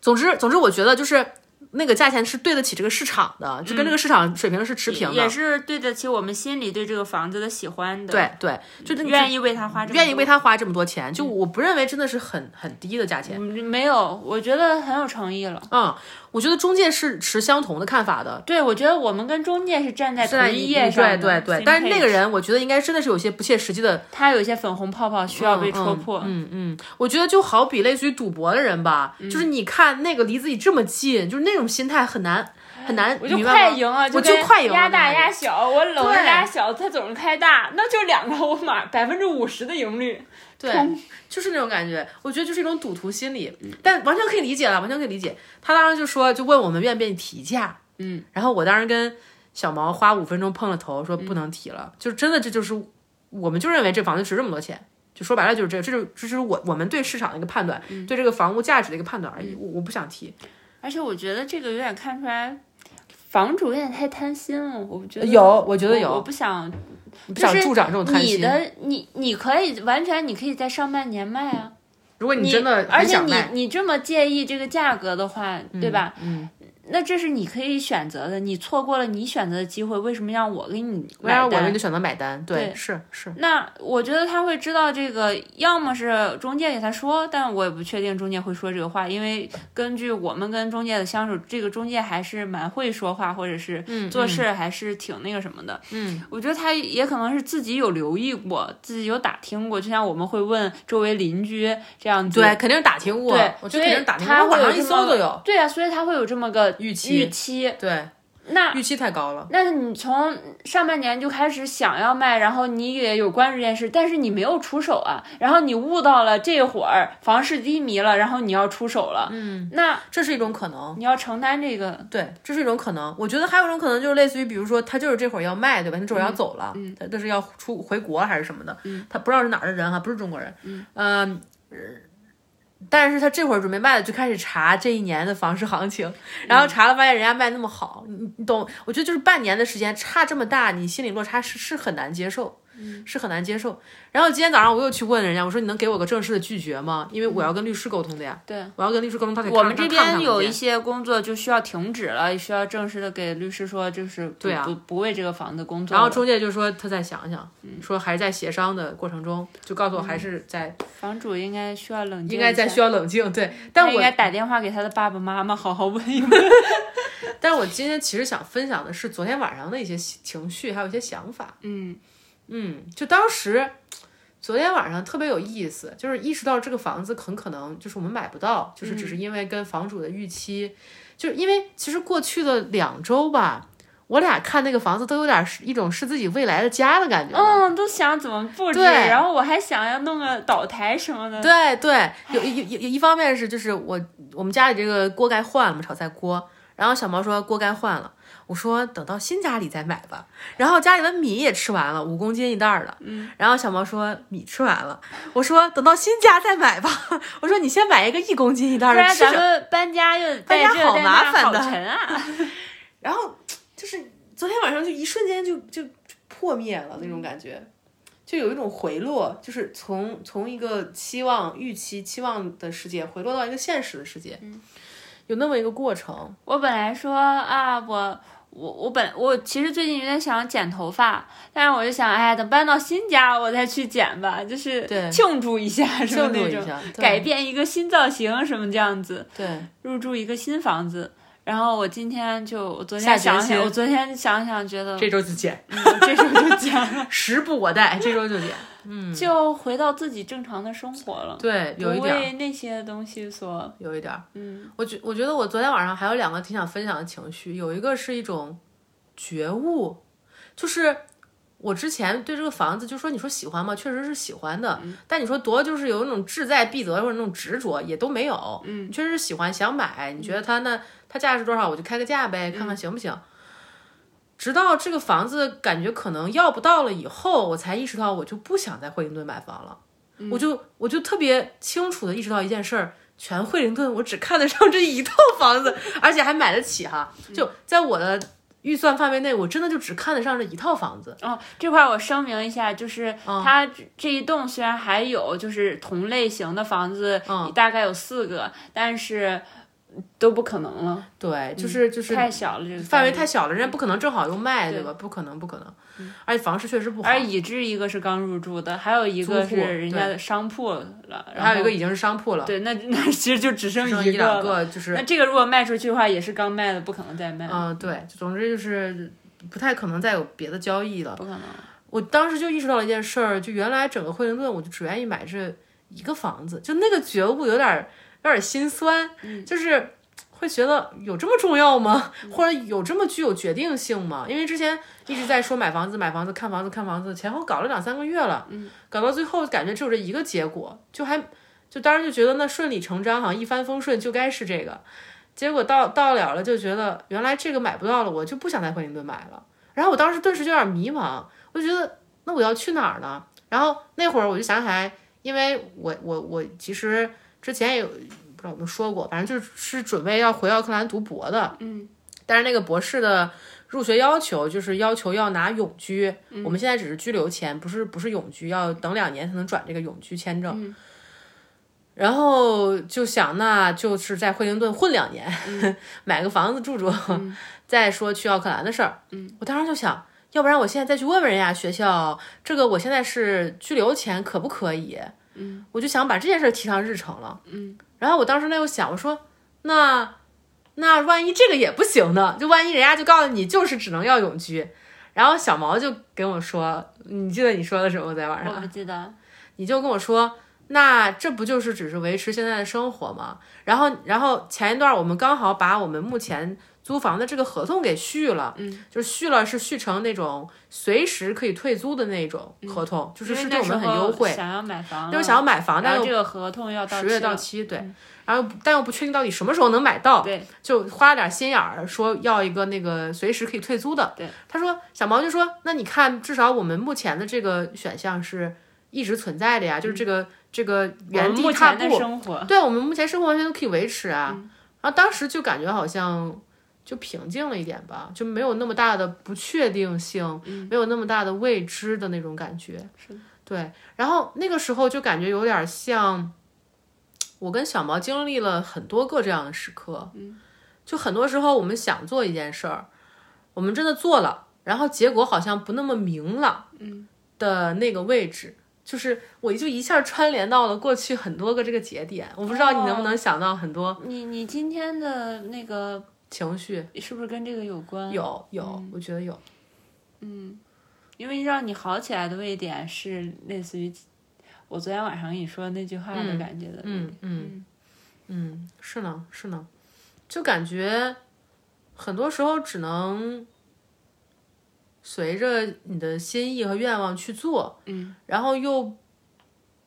总之，总之，我觉得就是那个价钱是对得起这个市场的，就跟这个市场水平是持平的。
也是对得起我们心里对这个房子的喜欢的，
对对，就这个
愿意为它花这么多，
愿意为他花这么多钱，就我不认为真的是很很低的价钱。
嗯没有，我觉得很有诚意了。
嗯，我觉得中介是持相同的看法的，
对，我觉得我们跟中介是站在同一页上
对
的
对对
same，
但是那个
page
人，我觉得应该真的是有些不切实际的。
他有一些粉红泡泡需要被戳破，
嗯嗯，我觉得就好比类似于赌博的人吧，
嗯
就是你看那个离自己这么近，就是那种心态很难很难，
哎我就
你明白
快
吗
赢了，
我就
跟
快赢了
压
那
大
个
压小，我搂着
对
压小，他总是开大，那就两个我买百分之五十的赢率，
对，就是那种感觉。我觉得就是一种赌徒心理，
嗯
但完全可以理解了，完全可以理解。他当时就说，就问我们愿不愿意提价，
嗯，
然后我当时跟小毛花五分钟碰了头，说不能提
嗯
了，就真的这就是我们就认为这房子值这么多钱。就说白了就是这，这就这就是我我们对市场的一个判断，
嗯
对这个房屋价值的一个判断而已。我我不想提，
而且我觉得这个有点看出来，房主有点太贪心了，我觉得
有我觉得有
我不想
你不想
就是
助长这种贪
你
心。
的你你可以完全你可以在上半年卖啊，
如果
你
真的
而
很
且
想
你
卖，
你这么介意这个价格的话，对吧？
嗯，
那这是你可以选择的，你错过了你选择的机会，为什么让我给你
为啥
买
我
单
们就选择买单？对，
对
是是，
那我觉得他会知道这个，要么是中介给他说，但我也不确定中介会说这个话，因为根据我们跟中介的相处，这个中介还是蛮会说话，或者是
嗯
做事还是挺那个什么的。
嗯，
我觉得他也可能是自己有留意过，自己有打听过，就像我们会问周围邻居这样子。
对，肯定是打听过，
对
我觉得肯定是打听过，
所以
我网
他会有
上一
这么
搜都有。
对啊，所以他会有这么个
预期
预期。
对，
那
预期太高了。
那你从上半年就开始想要卖，然后你也有关注这件事，但是你没有出手啊，然后你悟到了这会儿房市低迷了，然后你要出手了，嗯，那
这是一种可能，
你要承担这个，
对，这是一种可能。我觉得还有一种可能就是类似于，比如说他就是这会儿要卖，对吧？他这会儿
嗯
要走了，他那是要出回国还是什么的，他不知道是哪儿的人哈，不是中国人，嗯、但是他这会儿准备卖了，就开始查这一年的房市行情，
嗯
然后查了发现人家卖那么好，你你懂？我觉得就是半年的时间差这么大，你心理落差是是很难接受。
嗯
是很难接受。然后今天早上我又去问人家，我说你能给我个正式的拒绝吗？因为我要跟律师沟通的呀，
嗯对。
我要跟律师沟通，到底
我们
看
这
不看看不
边
看
有
不
一
见
些工作就需要停止了，也需要正式的给律师说，就是对
啊
不不为这个房子工作了。
然后中介就说他再想想，
嗯
说还是在协商的过程中，就告诉我还是在、
房主应该需要冷静
应
一下，
该在需要冷静。对，但
他应
我
该打电话给他的爸爸妈妈好好问一问。
但我今天其实想分享的是昨天晚上的一些情绪，还有一些想法。
嗯
嗯，就当时昨天晚上特别有意思，就是意识到这个房子很可能就是我们买不到，就是只
嗯
是因为跟房主的预期，就是因为其实过去的两周吧。我俩看那个房子都有点是一种是自己未来的家的感觉了，
嗯，都想怎么布置，
对
然后我还想要弄个岛台什么的。
对对，有有有有一方面是就是我我们家里这个锅盖换了嘛，炒菜锅。然后小毛说锅盖换了，我说等到新家里再买吧。然后家里的米也吃完了，五公斤一袋儿的。嗯。然后小毛说米吃完了，我说等到新家再买吧。我说你先买一个一公斤一袋
不
儿的
然
吃
咱
着。
们搬家又
搬
带
家
这
好
带
麻
那
烦
好
的
沉啊！
然后就是昨天晚上就一瞬间就就就破灭了
嗯
那种感觉，就有一种回落，就是从从一个期望、预期、期望的世界回落到一个现实的世界，
嗯
有那么一个过程。
我本来说啊，我我我本我其实最近有点想剪头发，但是我就想，哎，等搬到新家我再去剪吧，就是
对
庆祝一下什么
庆祝
那
一
种
下，对
改变一个新造型什么这样子，
对，
入住一个新房子。然后我今天就，我昨
下
天
决
想想，
心
我昨天想想
(laughs)
觉得，
这周就减，
嗯这时候就剪了，
时不我待， (laughs) 这周就减。
就回到自己正常的生活了。
嗯对，有一
不
点儿，
为那些东西所，
有一点儿。
嗯
我觉我觉得我昨天晚上还有两个挺想分享的情绪，有一个是一种觉悟，就是我之前对这个房子，就说你说喜欢吗？确实是喜欢的，但你说多就是有那种志在必得或者那种执着也都没有，嗯，确实是喜欢想买，你觉得它那它价值多少，我就开个价呗，看看行不行。直到这个房子感觉可能要不到了以后，我才意识到我就不想在惠灵顿买房了。我就我就特别清楚的意识到一件事儿，全惠灵顿我只看得上这一套房 (laughs) 子，而且还买得起哈。就在我的预算范围内，我真的就只看得上这一套房子。
哦，这块儿我声明一下，就是
嗯
它这这一栋虽
嗯
然还有就是同类型的房子，大概有四个，但是都不可能了，
对，就是就是
太小了这个
范围
概念，
嗯太小了，人家不可能正好又卖，
对
对吧？嗯不可能，不可能。而且房市确实不好
而，已知一个是刚入住的，还有一
租
个
户
是人家
对
的商铺了，然
还有一
后
个已经是商铺了，
对，那那其实就只剩
只剩
一
一两
了
个就是
那这个如果卖出去的话，也是刚卖的，不可能再卖，
嗯、对，总之就是不太可能再有别的交易了。
不可能。
我当时就意识到了一件事儿，就原来整个惠灵顿，我就只愿意买这一个房子，就那个觉悟有点儿有点儿心酸，就是会觉得有这么重要吗？或者有这么具有决定性吗？因为之前一直在说买房子、买房子、看房子、看房子，前后搞了两三个月了，搞到最后感觉只有这一个结果，就还就当时就觉得那顺理成章，好像一帆风顺就该是这个。结果到到了了，就觉得原来这个买不到了，我就不想在惠灵顿买了。然后我当时顿时就有点迷茫，我就觉得那我要去哪儿呢？然后那会儿我就想起来，因为我我我其实之前也有不知道有没有说过，反正就是是准备要回奥克兰读博的，嗯，但是那个博士的入学要求就是要求要拿永居，我们现在只是居留签，不是不是永居，要等两年才能转这个永居签证。然后就想，那就是在惠灵顿混两年， (laughs) 买个房子住住， (laughs) 再说去奥克兰的事儿。嗯，我当时就想，要不然我现在再去问问人家学校，这个我现在是居留前可不可以？嗯，我就想把这件事儿提上日程了。嗯，然后我当时呢又想，我说那那万一这个也不行呢？就万一人家就告诉你就是只能要永居。然后小毛就跟我说，你记得你说的什么在晚上？哦
我不记得，
你就跟我说，那这不就是只是维持现在的生活吗？然后，然后前一段我们刚好把我们目前租房的这个合同给续了，嗯，就是续了，是续成那种随时可以退租的那种合同，就是
嗯因为
是
那
对我们
时
很
候
优惠。
想要买房了，
就是想要买房，但又
然后这个合同要到
十月
期
到
了嗯
期，对，然后但又不确定到底什么时候能买到，
对，
就花了点心眼儿，说要一个那个随时可以退租的，
对。
他说小毛就说，那你看，至少我们目前的这个选项是一直存在的呀，就是这个、这个
嗯我
原
们
地
目
踏
前的
步，
生活，嗯
对我们目前生活完全都可以维持啊。然后当时就感觉好像就平静了一点吧，就没有那么大的不确定性，
嗯
没有那么大的未知的那种感觉。对，然后那个时候就感觉有点像我跟小毛经历了很多个这样的时刻。嗯，就很多时候我们想做一件事儿，我们真的做了，然后结果好像不那么明朗。嗯，的那个位置。就是我就一下串联到了过去很多个这个节点，我不知道你能不
哦
能想到很多
你你今天的那个
情绪，
是不是跟这个有关？嗯
有有，我觉得有，
因为让你好起来的位点是类似于我昨天晚上跟你说那句话的感觉的，
嗯嗯嗯，是呢是呢，就感觉很多时候只能随着你的心意和愿望去做，嗯，然后又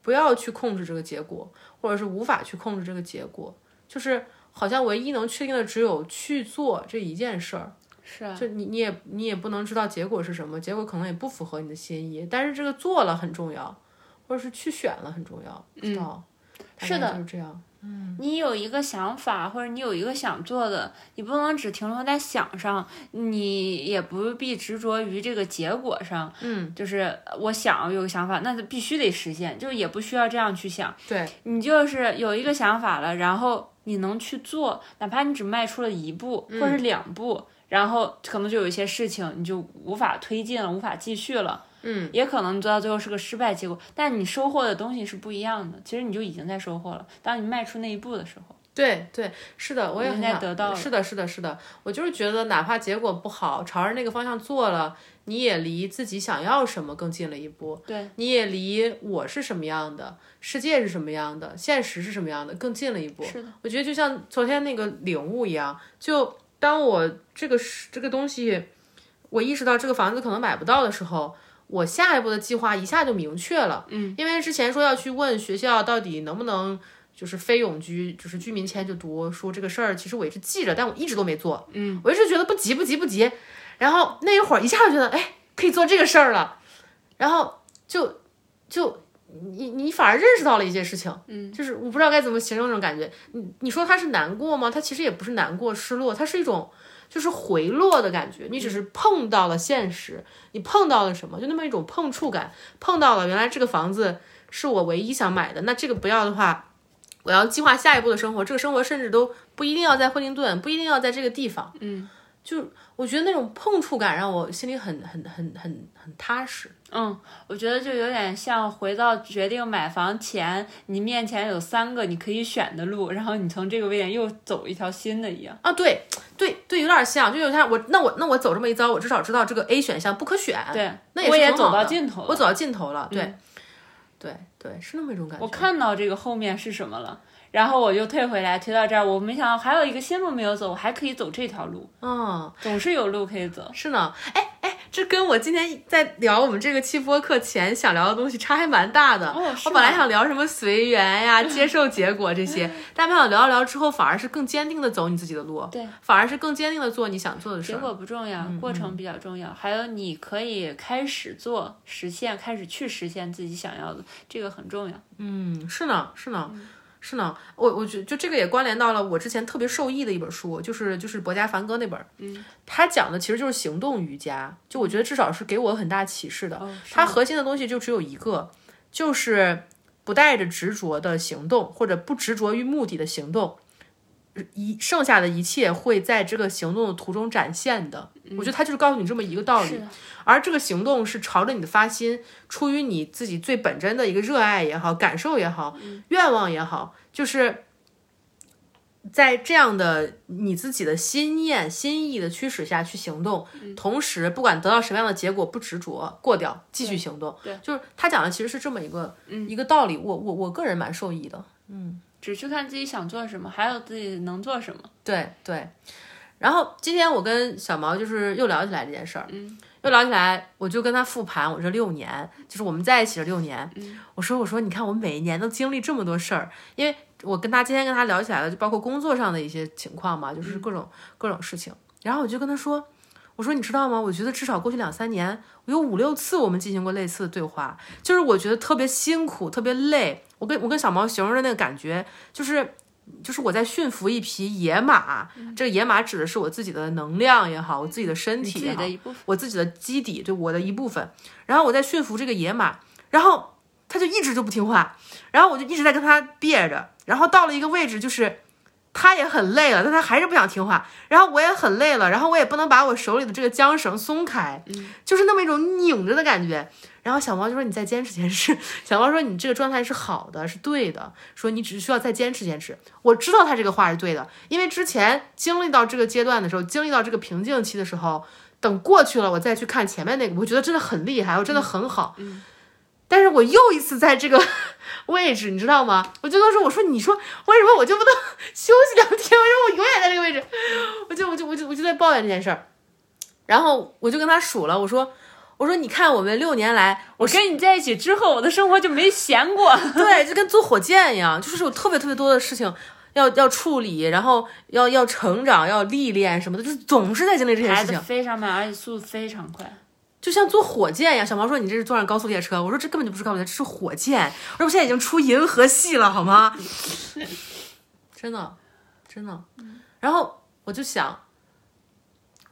不要去控制这个结果，或者是无法去控制这个结果，就是好像唯一能确定的只有去做这一件事儿。
是啊，
就你你也你也不能知道结果是什么，结果可能也不符合你的心意，但是这个做了很重要，或者是去选了很重要，不知道。大
是
概
的
嗯就是这样。
你有一个想法或者你有一个想做的，你不能只停留在想上，你也不必执着于这个结果上。嗯，就是我想有个想法，那就必须得实现，就是也不需要这样去想。
对，
你就是有一个想法了，然后你能去做，哪怕你只迈出了一步或者是两步，然后可能就有一些事情你就无法推进了，无法继续了。嗯，也可能你做到最后是个失败结果，但你收获的东西是不一样的。其实你就已经在收获了，当你迈出那一步的时候，
对对，是的，我也很
应该
想
得到了
是的，是的，是的，我就是觉得，哪怕结果不好，朝着那个方向做了，你也离自己想要什么更近了一步。
对，
你也离我是什么样的，世界是什么样的，现实是什么样的更近了一步。
是的，
我觉得就像昨天那个领悟一样，就当我这个是这个东西，我意识到这个房子可能买不到的时候。我下一步的计划一下就明确了，嗯，因为之前说要去问学校到底能不能就是非永居，就是居民签就读书这个事儿，其实我一直记着，但我一直都没做。嗯，我一直觉得不急不急不急，然后那一会儿一下就觉得，哎，可以做这个事儿了，然后就就你你反而认识到了一些事情，嗯，就是我不知道该怎么形容这种感觉。你你说它是难过吗？它其实也不是难过、失落，它是一种就是回落的感觉。你只是碰到了现实，你碰到了什么，就那么一种碰触感，碰到了原来这个房子是我唯一想买的，那这个不要的话。我要计划下一步的生活，这个生活甚至都不一定要在惠灵顿，不一定要在这个地方。
嗯
就我觉得那种碰触感让我心里很很很很很踏实。
嗯，我觉得就有点像回到决定买房前，你面前有三个你可以选的路，然后你从这个位点又走一条新的一样。
啊，对对对，有点像，就有点我那我那我走这么一遭，我至少知道这个 A 选项不可选，
对，
那
我
是
也
很
走
好
到
的
尽头
我
了。嗯
走到尽头了，对、对对，是那么一种感觉。
我看到这个后面是什么了，然后我就退回来，退到这儿，我没想到还有一个新路没有走，我还可以走这条路，
嗯，
总是有路可以走。
是呢，哎哎，这跟我今天在聊我们这个期播课前想聊的东西差还蛮大的。
哦是
我本来
吗
想聊什么随缘
(laughs)
呀、接受结果这些，但没想到聊一聊之后，反而是更坚定的走你自己的路，啊
对，
反而是更坚定的做你想做的事
结
儿。嗯
果不重要，过程比较重要。还有你可以开始做，实现，开始去实现自己想要的，这个很重要。
嗯，是呢，是呢，是呢。我我觉就这个也关联到了我之前特别受益的一本书，就是就是博家梵歌那本，嗯，他讲的其实就是行动瑜伽，就我觉得至少是给我很大启示的。
哦，
它核心的东西就只有一个，就是不带着执着的行动，或者不执着于目的的行动，一剩下的一切会在这个行动的途中展现的。我觉得它就是告诉你这么一个道理，而这个行动是朝着你的发心，出于你自己最本真的一个热爱也好、感受也好、愿望也好，就是。在这样的你自己的心念、心意的驱使下去行动，同时不管得到什么样的结果，不执着，过掉，继续行动。对，嗯就是他讲的其实是这么一个、一个道理，我我我个人蛮受益的。
只去看自己想做什么，还有自己能做
嗯
什么。
对对。然后今天我跟小毛就是又聊起来这件事儿，嗯，又聊起来，我就跟他复盘我这六年，就是我们在一起这六年，我说我说你看我每一年都经历这么多事儿，因为我跟他今天跟他聊起来了，就包括工作上的一些情况嘛，就是各种、各种事情。然后我就跟他说，我说你知道吗？我觉得至少过去两三年，我有五六次我们进行过类似的对话，就是我觉得特别辛苦，特别累。我跟我跟小毛形容的那个感觉，就是就是我在驯服一匹野马，这个野马指的是我自己的能量也好，我自己的身
你
体
自
也
己
好
的，一部分，
我自己的基底，对我的一部分。然后我在驯服这个野马，然后它就一直就不听话，然后我就一直在跟它憋着。然后到了一个位置，就是它也很累了，但它还是不想听话。然后我也很累了，然后我也不能把我手里的这个缰绳松开，
嗯
就是那么一种拧着的感觉。然后小猫就说：“你再坚持坚持。” (laughs) 小猫说：“你这个状态是好的，是对的。说你只需要再坚持坚持。”我知道他这个话是对的，因为之前经历到这个阶段的时候，经历到这个瓶颈期的时候，等过去了，我再去看前面那个，我觉得真的很厉害，我真的很好。但是我又一次在这个 (laughs) 位置，你知道吗？我就跟他说：“我说，你说为什么我就不能 (laughs) 休息两天？我说我永远在这个位置，我就我就我就我就在抱怨这件事儿。”然后我就跟他数了，我说：“我说，你看我们六年来，
我跟你在一起之后，我的生活就没闲
(laughs)
过。
对，就跟坐火箭一样，就是有特别特别多的事情要要处理，然后要要成长，要历练什么的，就是总是在经历这些
孩
事
子
情，
非常慢，而且速度非
(laughs)
常快。
就像坐火箭一样。小毛说：“你这是坐上高速列车。”我说：“这根本就不是高速列车，这是火箭。”我说：“我现在已经出银河系了，好吗？”真的，真的。然后我就想，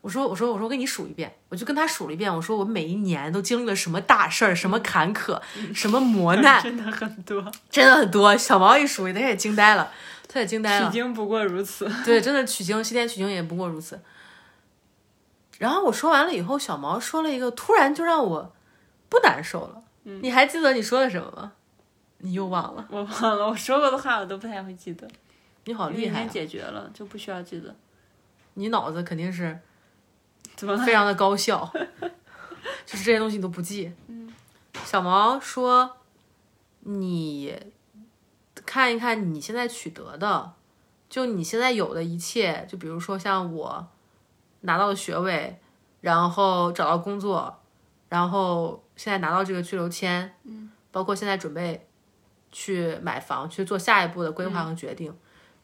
我说，我说，我说，我给你数一遍，我就跟他数了一遍，我说我每一年都经历了什么大事儿，什么坎坷，什么磨难，
(laughs) 真的很
(laughs)
多，
真的很多。小毛一数，他也惊呆了，他也惊呆
已
了。
经不过如此。
(laughs) 对，真的取经，西天取经也不过如此。然后我说完了以后，小毛说了一个，突然就让我不难受了。你还记得你说的什么吗？你又忘了，
我忘了我说过的话，我都不太会记得。
你好厉害
已
啊、
经解决了，就不需要记得。
你脑子肯定是
怎么了？
非常的高效，就是这些东西你都不记。
嗯
小毛说，你看一看你现在取得的，就你现在有的一切，就比如说像我拿到了学位，然后找到工作，然后现在拿到这个居留签，嗯，包括现在准备去买房，去做下一步的规
嗯
划和决定，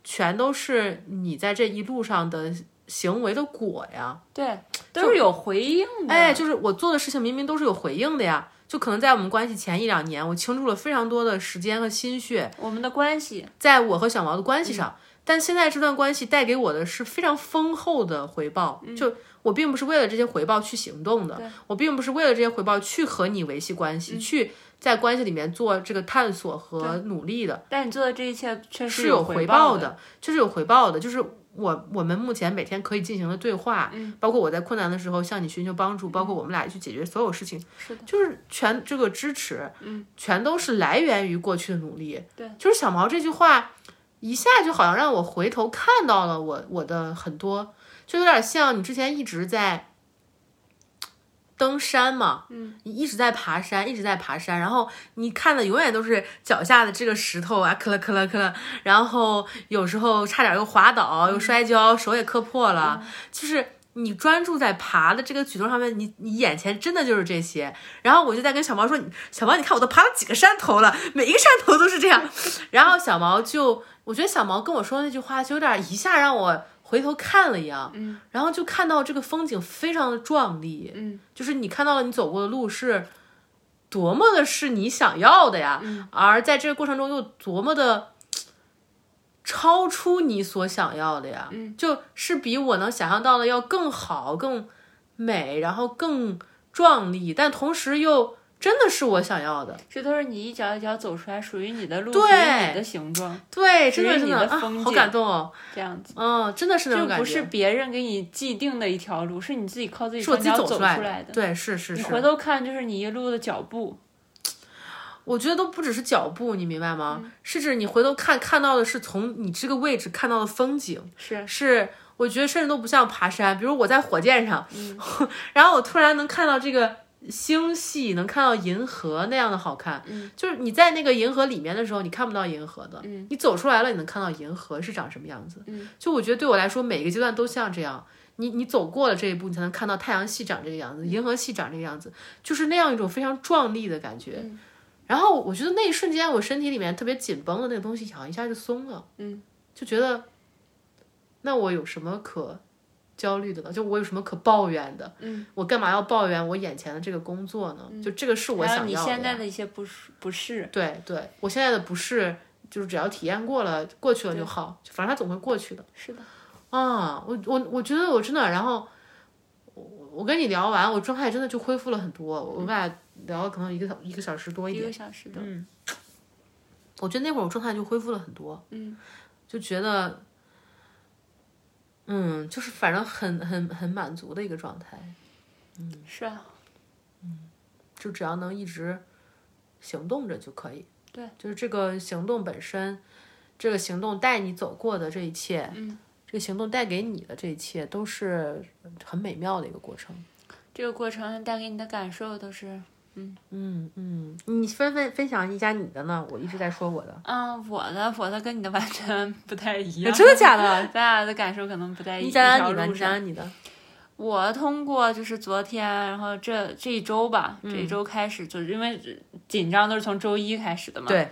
全都是你在这一路上的行为的果呀。
对，都是有回应的。
哎，就是我做的事情明明都是有回应的呀。就可能在我们关系前一两年，我倾注了非常多的时间和心血，
我们的关系，
在我和小毛的关系上。但现在这段关系带给我的是非常丰厚的回报，就我并不是为了这些回报去行动的，我并不是为了这些回报去和你维系关系，去在关系里面做这个探索和努力的，
但你做的这一切确实
是有
回
回
报
报的，确实有回报的，就是。我我们目前每天可以进行的对话，
嗯
包括我在困难的时候向你寻求帮助，包括我们俩去解决所有事情，
是的，
就是全这个支持，嗯，全都是来源于过去的努力。
对，
就是小毛这句话，一下就好像让我回头看到了我我的很多，就有点像你之前一直在登山嘛，嗯，你一直在爬山，一直在爬山，然后你看的永远都是脚下的这个石头啊，磕了磕了磕了，然后有时候差点又滑倒，又摔跤，手也磕破了，就是。你专注在爬的这个举动上面，你你眼前真的就是这些。然后我就在跟小毛说：“你小毛，你看我都爬了几个山头了，每一个山头都是这样。” (laughs) 然后小毛就，我觉得小毛跟我说那句话，就有点一下让我回头看了一样，嗯，然后就看到这个风景非常的壮丽，嗯，就是你看到了你走过的路是多么的是你想要的呀，而在这个过程中又多么的。超出你所想要的呀，嗯，就是比我能想象到的要更好、更美，然后更壮丽，但同时又真的是我想要的。
这都是你一脚一脚走出来，属于你的路，属
对
于你的形状，
对，
嗯属
真
于
的真
你
的
的
啊
风，
好
景
感动哦。
这样子。
嗯，真的是那
就
种感
不
觉，
是别人给你既定的一条路，是你自己靠自己
是我
双
自己
脚
出
出
来
来的。
对，是是
你
是，
回头看，就是你一路的脚步，
我觉得都不只是脚步，你明白吗？
嗯
是指你回头看看到的是从你这个位置看到的风景，
是
是我觉得甚至都不像爬山，比如我在火箭上， (laughs) 然后我突然能看到这个星系，能看到银河那样的好看。就是你在那个银河里面的时候，你看不到银河的，
嗯
你走出来了，你能看到银河是长什么样子。就我觉得对我来说，每一个阶段都像这样。你你走过了这一步，你才能看到太阳系长这个样子，银河系长这个样子，就是那样一种非常壮丽的感觉。
嗯
然后我觉得那一瞬间，我身体里面特别紧绷的那个东西，好像一下就松了。嗯，就觉得，那我有什么可焦虑的呢？就我有什么可抱怨的？嗯，我干嘛要抱怨我眼前的这个工作呢？就这个是我
嗯还有
想
你
要的
现
呀。
在的一些不适不适，
对对，我现在的不是，就是只要体验过了，过去了就好，反正它总会过去的。
是的，
啊，我我我觉得我真的，然后我我跟你聊完，我状态真的就恢复了很多。我们俩聊了可能一个小一个小时多一点。
一个小时的，
我觉得那会儿我状态就恢复了很多，嗯，就觉得，嗯，就是反正很很很满足的一个状态，嗯
是啊，
就只要能一直行动着就可以。
对，
就是这个行动本身，这个行动带你走过的这一切，嗯，这个行动带给你的这一切，都是很美妙的一个过程。
这个过程带给你的感受都是，
嗯嗯，你分分分享一下你的呢？我一直在说我的，啊
嗯，我的我的跟你的完全 (laughs) 不太 (laughs) 一样，
真的假
(laughs)
的？
咱俩的感受可能不在一
你
一
讲
条
讲你的，
路
你
上
讲。讲你的。
我通过就是昨天，然后这这一周吧，这
嗯
一周开始，就是因为紧张都是从周一开始的嘛。
对。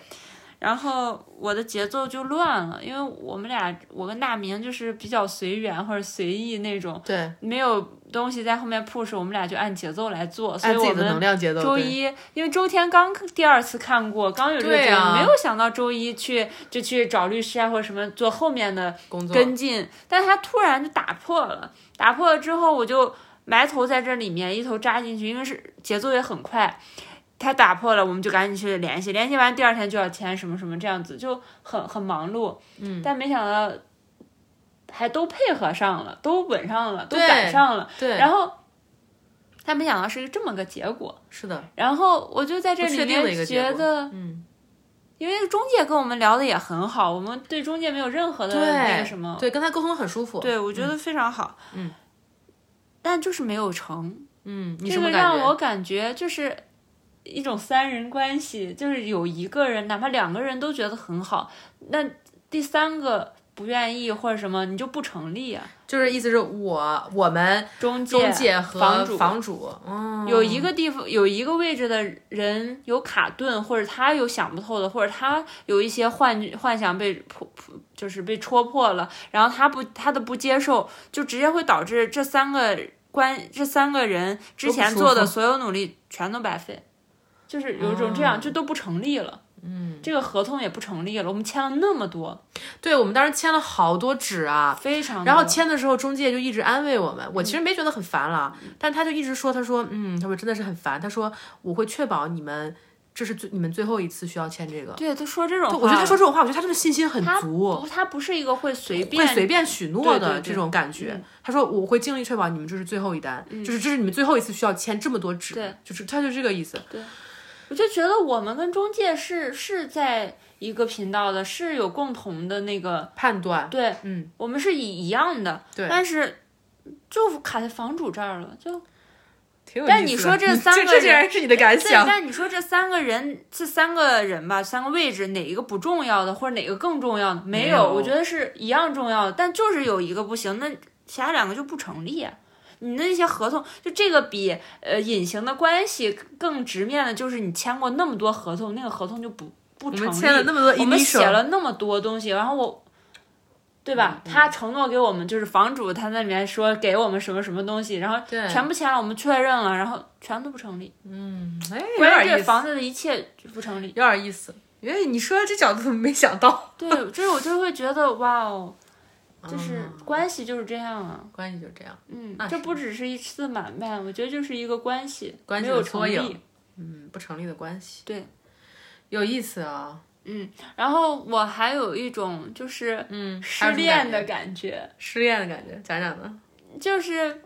然后我的节奏就乱了，因为我们俩，我跟大明就是比较随缘或者随意那种，
对，
没有东西在后面 push，我们俩就按节奏来做，所以
按自
我
己
们
的能量节奏。
周
对
一，因为周天刚第二次看过，刚有这个
对
节目，
啊
没有想到周一去就去找律师啊或者什么做后面的
工作
跟进，但是他突然就打破了，打破了之后我就埋头在这里面一头扎进去，因为是节奏也很快。他打破了，我们就赶紧去联系，联系完第二天就要签什么什么这样子，就很很忙碌。嗯，但没想到还都配合上了，都吻上了，都
对
赶上了。
对，
然后他没想到是这么个结果。
是的，
然后我就在这
不确
里
定的一个
面
结
觉
果
得，
嗯，
因为中介跟我们聊的也很好，我们对中介没有任何的那个什么，
对，跟他沟通很舒服。
对我觉得非常好，
嗯，
但就是没有成，
嗯，你
这
什么
个
感
让
觉？
我感觉就是一种三人关系，就是有一个人哪怕两个人都觉得很好，那第三个不愿意或者什么，你就不成立啊，
就是意思是我我们
中介、
中介和
房主。
房主，嗯，
有一个地方有一个位置的人有卡顿，或者他有想不透的，或者他有一些幻幻想被破，破就是被戳破了，然后他不他的不接受，就直接会导致这三个关这三个人之前做的所有努力全都白费，就是有一种这样、就都不成立了。嗯，这个合同也不成立了，我们签了那么多，
对我们当时签了好多纸啊，
非常多。嗯
然后签的时候，中介就一直安慰我们。我其实没觉得很烦了，但他就一直说，他说，嗯，他说真的是很烦。他说我会确保你们这是最你们最后一次需要签这个。
对，都说这种话
就
了，
我觉得他说这种话，我觉得他真的信心很足，
不，他不是一个会随
会
便
随便许诺
对对
的
对嗯
这种感觉。他说我会尽力确保你们这是最后一单，就是这是你们最后一次需要签这么多纸，
对
就是他就这个意思。
我就觉得我们跟中介是是在一个频道的，是有共同的那个，
判断
对，
嗯，
我们是一一样的，
对
但是就卡在房主这儿了，就
挺有意思的。
但你说这三
(laughs)
个
这竟然是你的感
对。
想，
但你说这三个人，这三个人吧，三个位置哪一个不重要的，或者哪个更重要的？
没
没
有
我觉得是一样重要的，但就是有一个不行，那其他两个就不成立、啊。你的那些合同，就这个比呃隐形的关系更直面的，就是你签过那么多合同，那个合同就不不
我
成立。
们签了那么多
我们写
initial，
了那么多东西，然后我，对吧？
嗯
他承诺给我们就是房主他那里面说给我们什么什么东西，然后
对
全部签了，我们确认了，然后全都不成立，
哎，有
嗯关于
点
这
意思，
房子的一切就不
(laughs)
成立。
有点意思。因为你说这角度怎么没想到？
对，就是我就会觉得哇哦，就是
嗯
关系就是这样啊，
(laughs) 关系就这样，
嗯
那，
这
是
不只是一次买卖，我觉得就是一个关系，
关系
没有
的缩
成
影
立。
嗯，不成立的关系，
对，
有意思啊，
然后我还有一种就是
嗯
失恋的感觉，
失恋的感觉，讲讲呢？
就是，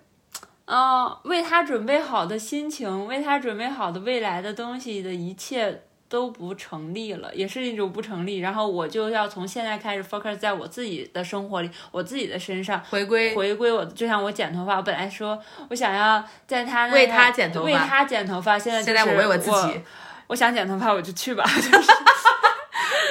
呃，为他准备好的心情，为他准备好的未来的东西的一切都不成立了，也是一种不成立。然后我就要从现在开始 focus 在我自己的生活里，我自己的身上。
回归
回归我，就像我剪头发，我本来说我想要在他那
为
样
他剪头发
为他剪头发，现在、就是、
现在我为我自己，
我想剪头发我就
(laughs)
去吧， (laughs) 就是。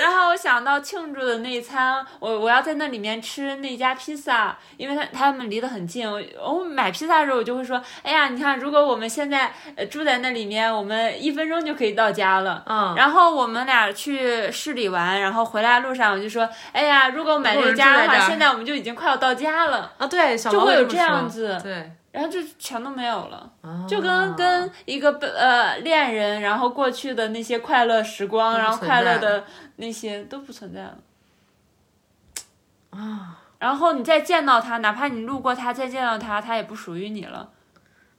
然后我想到庆祝的那一餐，我我要在那里面吃那家披萨，因为他他们离得很近。我我买披萨的时候，我就会说，哎呀，你看，如果我们现在呃住在那里面，我们一分钟就可以到家了。
嗯，
然后我们俩去市里玩，然后回来路上我就说，哎呀，如果买这个家的
如果我们住在
话，
这儿
现在我们就已经快要到家了，
啊，对，小
就
毛
会
也
有
么
这样
说，
子，
对，
然后就全都没有了。
啊
就跟跟一个被呃恋人，然后过去的那些快乐时光，
都不
然后
存
快乐
在
的那些都不存在了。
啊
然后你再见到他，哪怕你路过他，再见到他，他也不属于你了。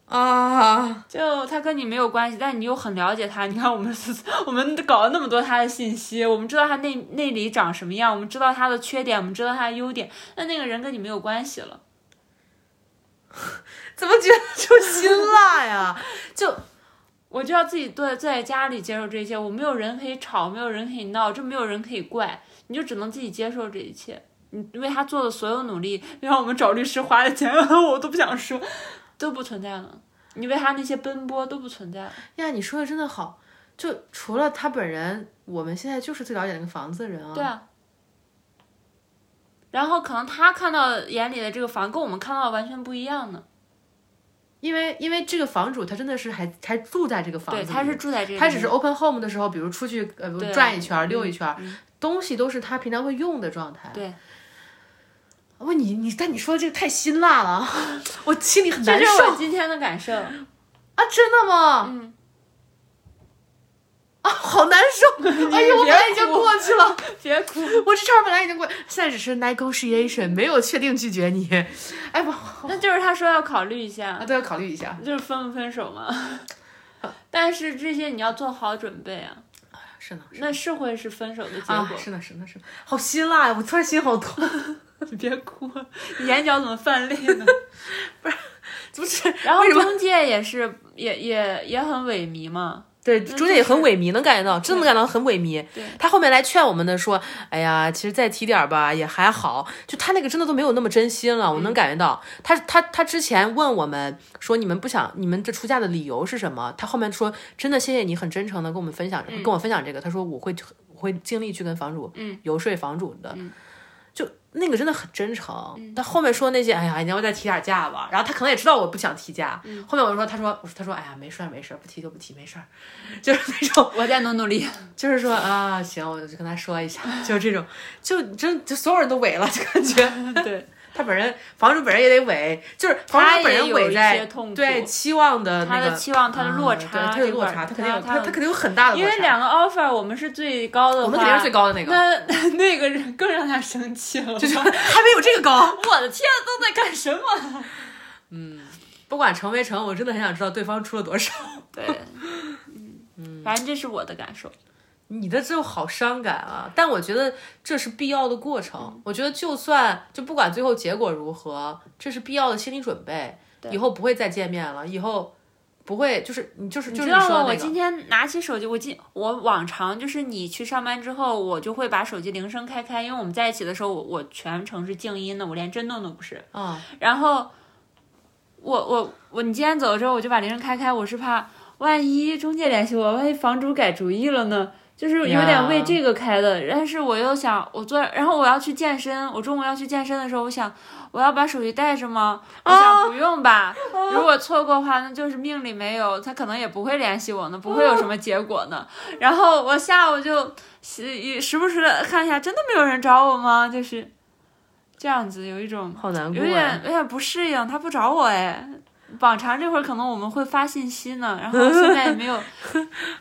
啊，
就他跟你没有关系，但你又很了解他。你看，我们 (laughs) 我们搞了那么多他的信息，我们知道他内内里长什么样，我们知道他的缺点，我们知道他的优点。那那个人跟你没有关系了。
怎么觉得就辛辣呀？ (laughs) 就
我就要自己坐坐在家里接受这一切，我没有人可以吵，没有人可以闹，这没有人可以怪，你就只能自己接受这一切。你为他做的所有努力，为我们找律师花的钱，我都不想说，都不存在了。你为他那些奔波都不存在了。
呀，你说的真的好，就除了他本人，我们现在就是最了解那个房子的人啊，
对啊。然后可能他看到眼里的这个房跟我们看到的完全不一样呢。
因为因为这个房主他真的是还还住在这个房子
对，
里，
他是住在这个，
他只是 open home 的时候，比如出去呃
对
转一圈儿、溜
嗯
一圈儿，东西都是他平常会用的状态。
对，
不，你你，但你说的这个太辛辣了 (laughs) 啊，我心里很
这
难
就是
受
我今天的感受。
啊！真的吗？
嗯。
啊，好难
(laughs)
受！哎呀，我本来已经过去了，
(laughs) 别哭，
我这茬儿本来已经过，现在只是 negotiation，没有确定拒绝你。 (laughs) 哎不，
那就是他说要考虑一下。 (laughs)
啊，都要考虑一下。
就是分不分手嘛。但是这些你要做好准备啊，
是呢，
那是会是分手的结果。
(laughs) 啊，是呢，是呢，是呢，好辛辣呀！我突然心好痛，
(laughs) 你别哭，你眼角怎么 (laughs) 泛
(laughs)
泪呢？
怎么是？
然后
为什么
中介也是，也也也很萎靡嘛。
对，中间也很萎靡，能感觉到，真的能感到很萎靡。
对
他后面来劝我们的说：“哎呀，其实再提点儿吧，也还好。”就他那个真的都没有那么真心了，我
嗯
能感觉到。他他他之前问我们说：“你们不想你们这出嫁的理由是什么？”他后面说：“真的，谢谢你很真诚的跟我们分享，跟我分享这个。”他说：“我会我会尽力去跟房主
嗯
游说房主的。就那个真的很真诚，
嗯
但后面说那些，哎呀，你要不再提点价吧。然后他可能也知道我不想提价，
嗯
后面我就说，他说，我说，他说，哎呀，没事儿，没事儿，不提就不提，没事儿，就是那种，
我再努努
(laughs)
力。
就是说啊，行，我就跟他说一下，就是这种，就真就所有人都萎了，就感觉
对，
他本人房主本人也得伪，就是房
他
主本
也
人
有
伪
一些
在
痛苦，
对期望的
他
那
的
个
期望，他的落
啊对
差，
他有
这
落
块儿
差，他肯定
他
有他
的
他肯定有很大的
因
落
为
差。
两个 offer 我们是最高的话，
我们肯定是最高的那个，
那那个人更让他生气了，
就是 (laughs) 还没有这个高。 (laughs)
我的天，啊都在干什么？
不管成没成，我真的很想知道对方出了多少。
对，嗯，反正这是我的感受。
你的这种好伤感啊！但我觉得这是必要的过程。我觉得就算就不管最后结果如何，这是必要的心理准备。以后不会再见面了，以后不会就是你就是就是
知
你
道
说
吗？
的
我
那个
今天拿起手机，我今我往常就是你去上班之后，我就会把手机铃声开开，因为我们在一起的时候，我我全程是静音的，我连震动都不是。
啊，
然后我我我，你今天走的时候，我就把铃声开开，我是怕万一中介联系我，万一房主改主意了呢？就是有点为这个开的但是我又想，我做，然后我要去健身，我中午要去健身的时候，我想我要把手机带着吗？我想不用吧。 (laughs) 如果错过的话，那就是命里没有，他可能也不会联系我呢，不会有什么结果呢。然后我下午就时时不时的看一下，真的没有人找我吗？就是这样子，有一种
好难过、
有点有点不适应，他不找我哎。往常这会儿可能我们会发信息呢，然后现在也
(laughs)
没有。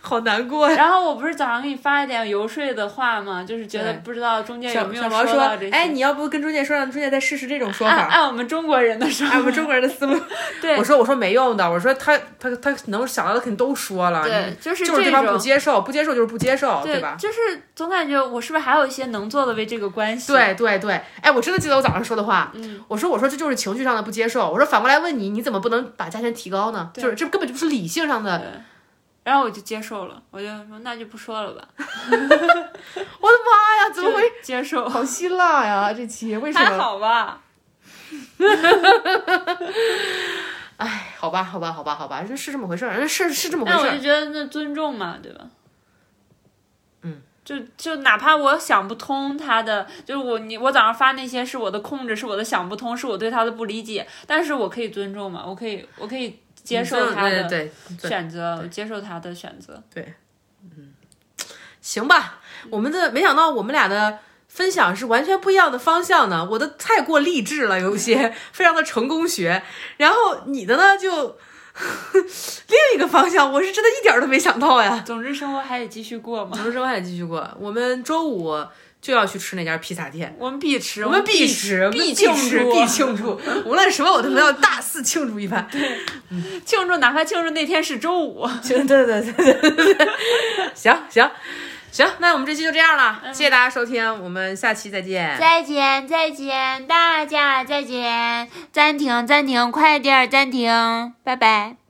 好难过啊呀。
然后我不是早上给你发一点游说的话吗？就是觉得
对
不知道中间有
小
没有
小毛说
到这：“些。啊
哎，你要不跟中介说，让中介再试试这种说
按
(laughs) 法。
按我们中国人的说
按
法，
我们中国人的思路，
对
(laughs) 我说我说没用的，我说他他他能想到的肯定都说了，
对，就是
你
这
(laughs) 就是对方不
种，
接受，不接受就是不接受，
对
对吧？
就是总感觉我是不是还有一些能做的为这个关系？，
对对对，哎，我真的记得我早上说的话，
嗯，
我说我说这就是情绪上的不接受，我说反过来问你，你怎么不能把价钱提高呢？
对
就是这根本就不是理性上的，
(laughs) 然后我就接受了，我就说那就不说了
(laughs)
吧，
我的妈呀，怎么
就
会
接受，
好辛辣呀？这期为什
还
么？
好吧？
哎，好吧，好吧，好吧，好吧，这是这么回事儿，是是这么回
那
事
我
儿
就。觉得那尊重嘛，对吧？
嗯，
就就哪怕我想不通他的，就是我你我早上发那些是我的控制，是我的想不通，是我对他的不理解，但是我可以尊重嘛，我可以我可以接受他
嗯对对
的
对，对
选择，我接受他的选择。
行吧，
嗯
我们的没想到我们俩的分享是完全不一样的方向呢。我的太过励志了，有一些非常的成功学，然后你的呢就 (laughs) 另一个方向，我是真的一点儿都没想到呀。
总之，生活还得继续过嘛，
我们生活还得继续过，我们周五就要去吃那家披萨店。
我们必
(laughs)
吃，
我们
必
必吃，
必
庆
庆
祝，
祝
必庆祝！无论什么，我都要大肆庆 (laughs) 祝一番。
庆祝，哪怕庆祝那天是周五。
对对对对对对，行行行，那我们这期就这样了，谢谢大家收听，我们下期再见。
再见，再见，大家再见，暂停，暂停，快点儿暂停，拜拜。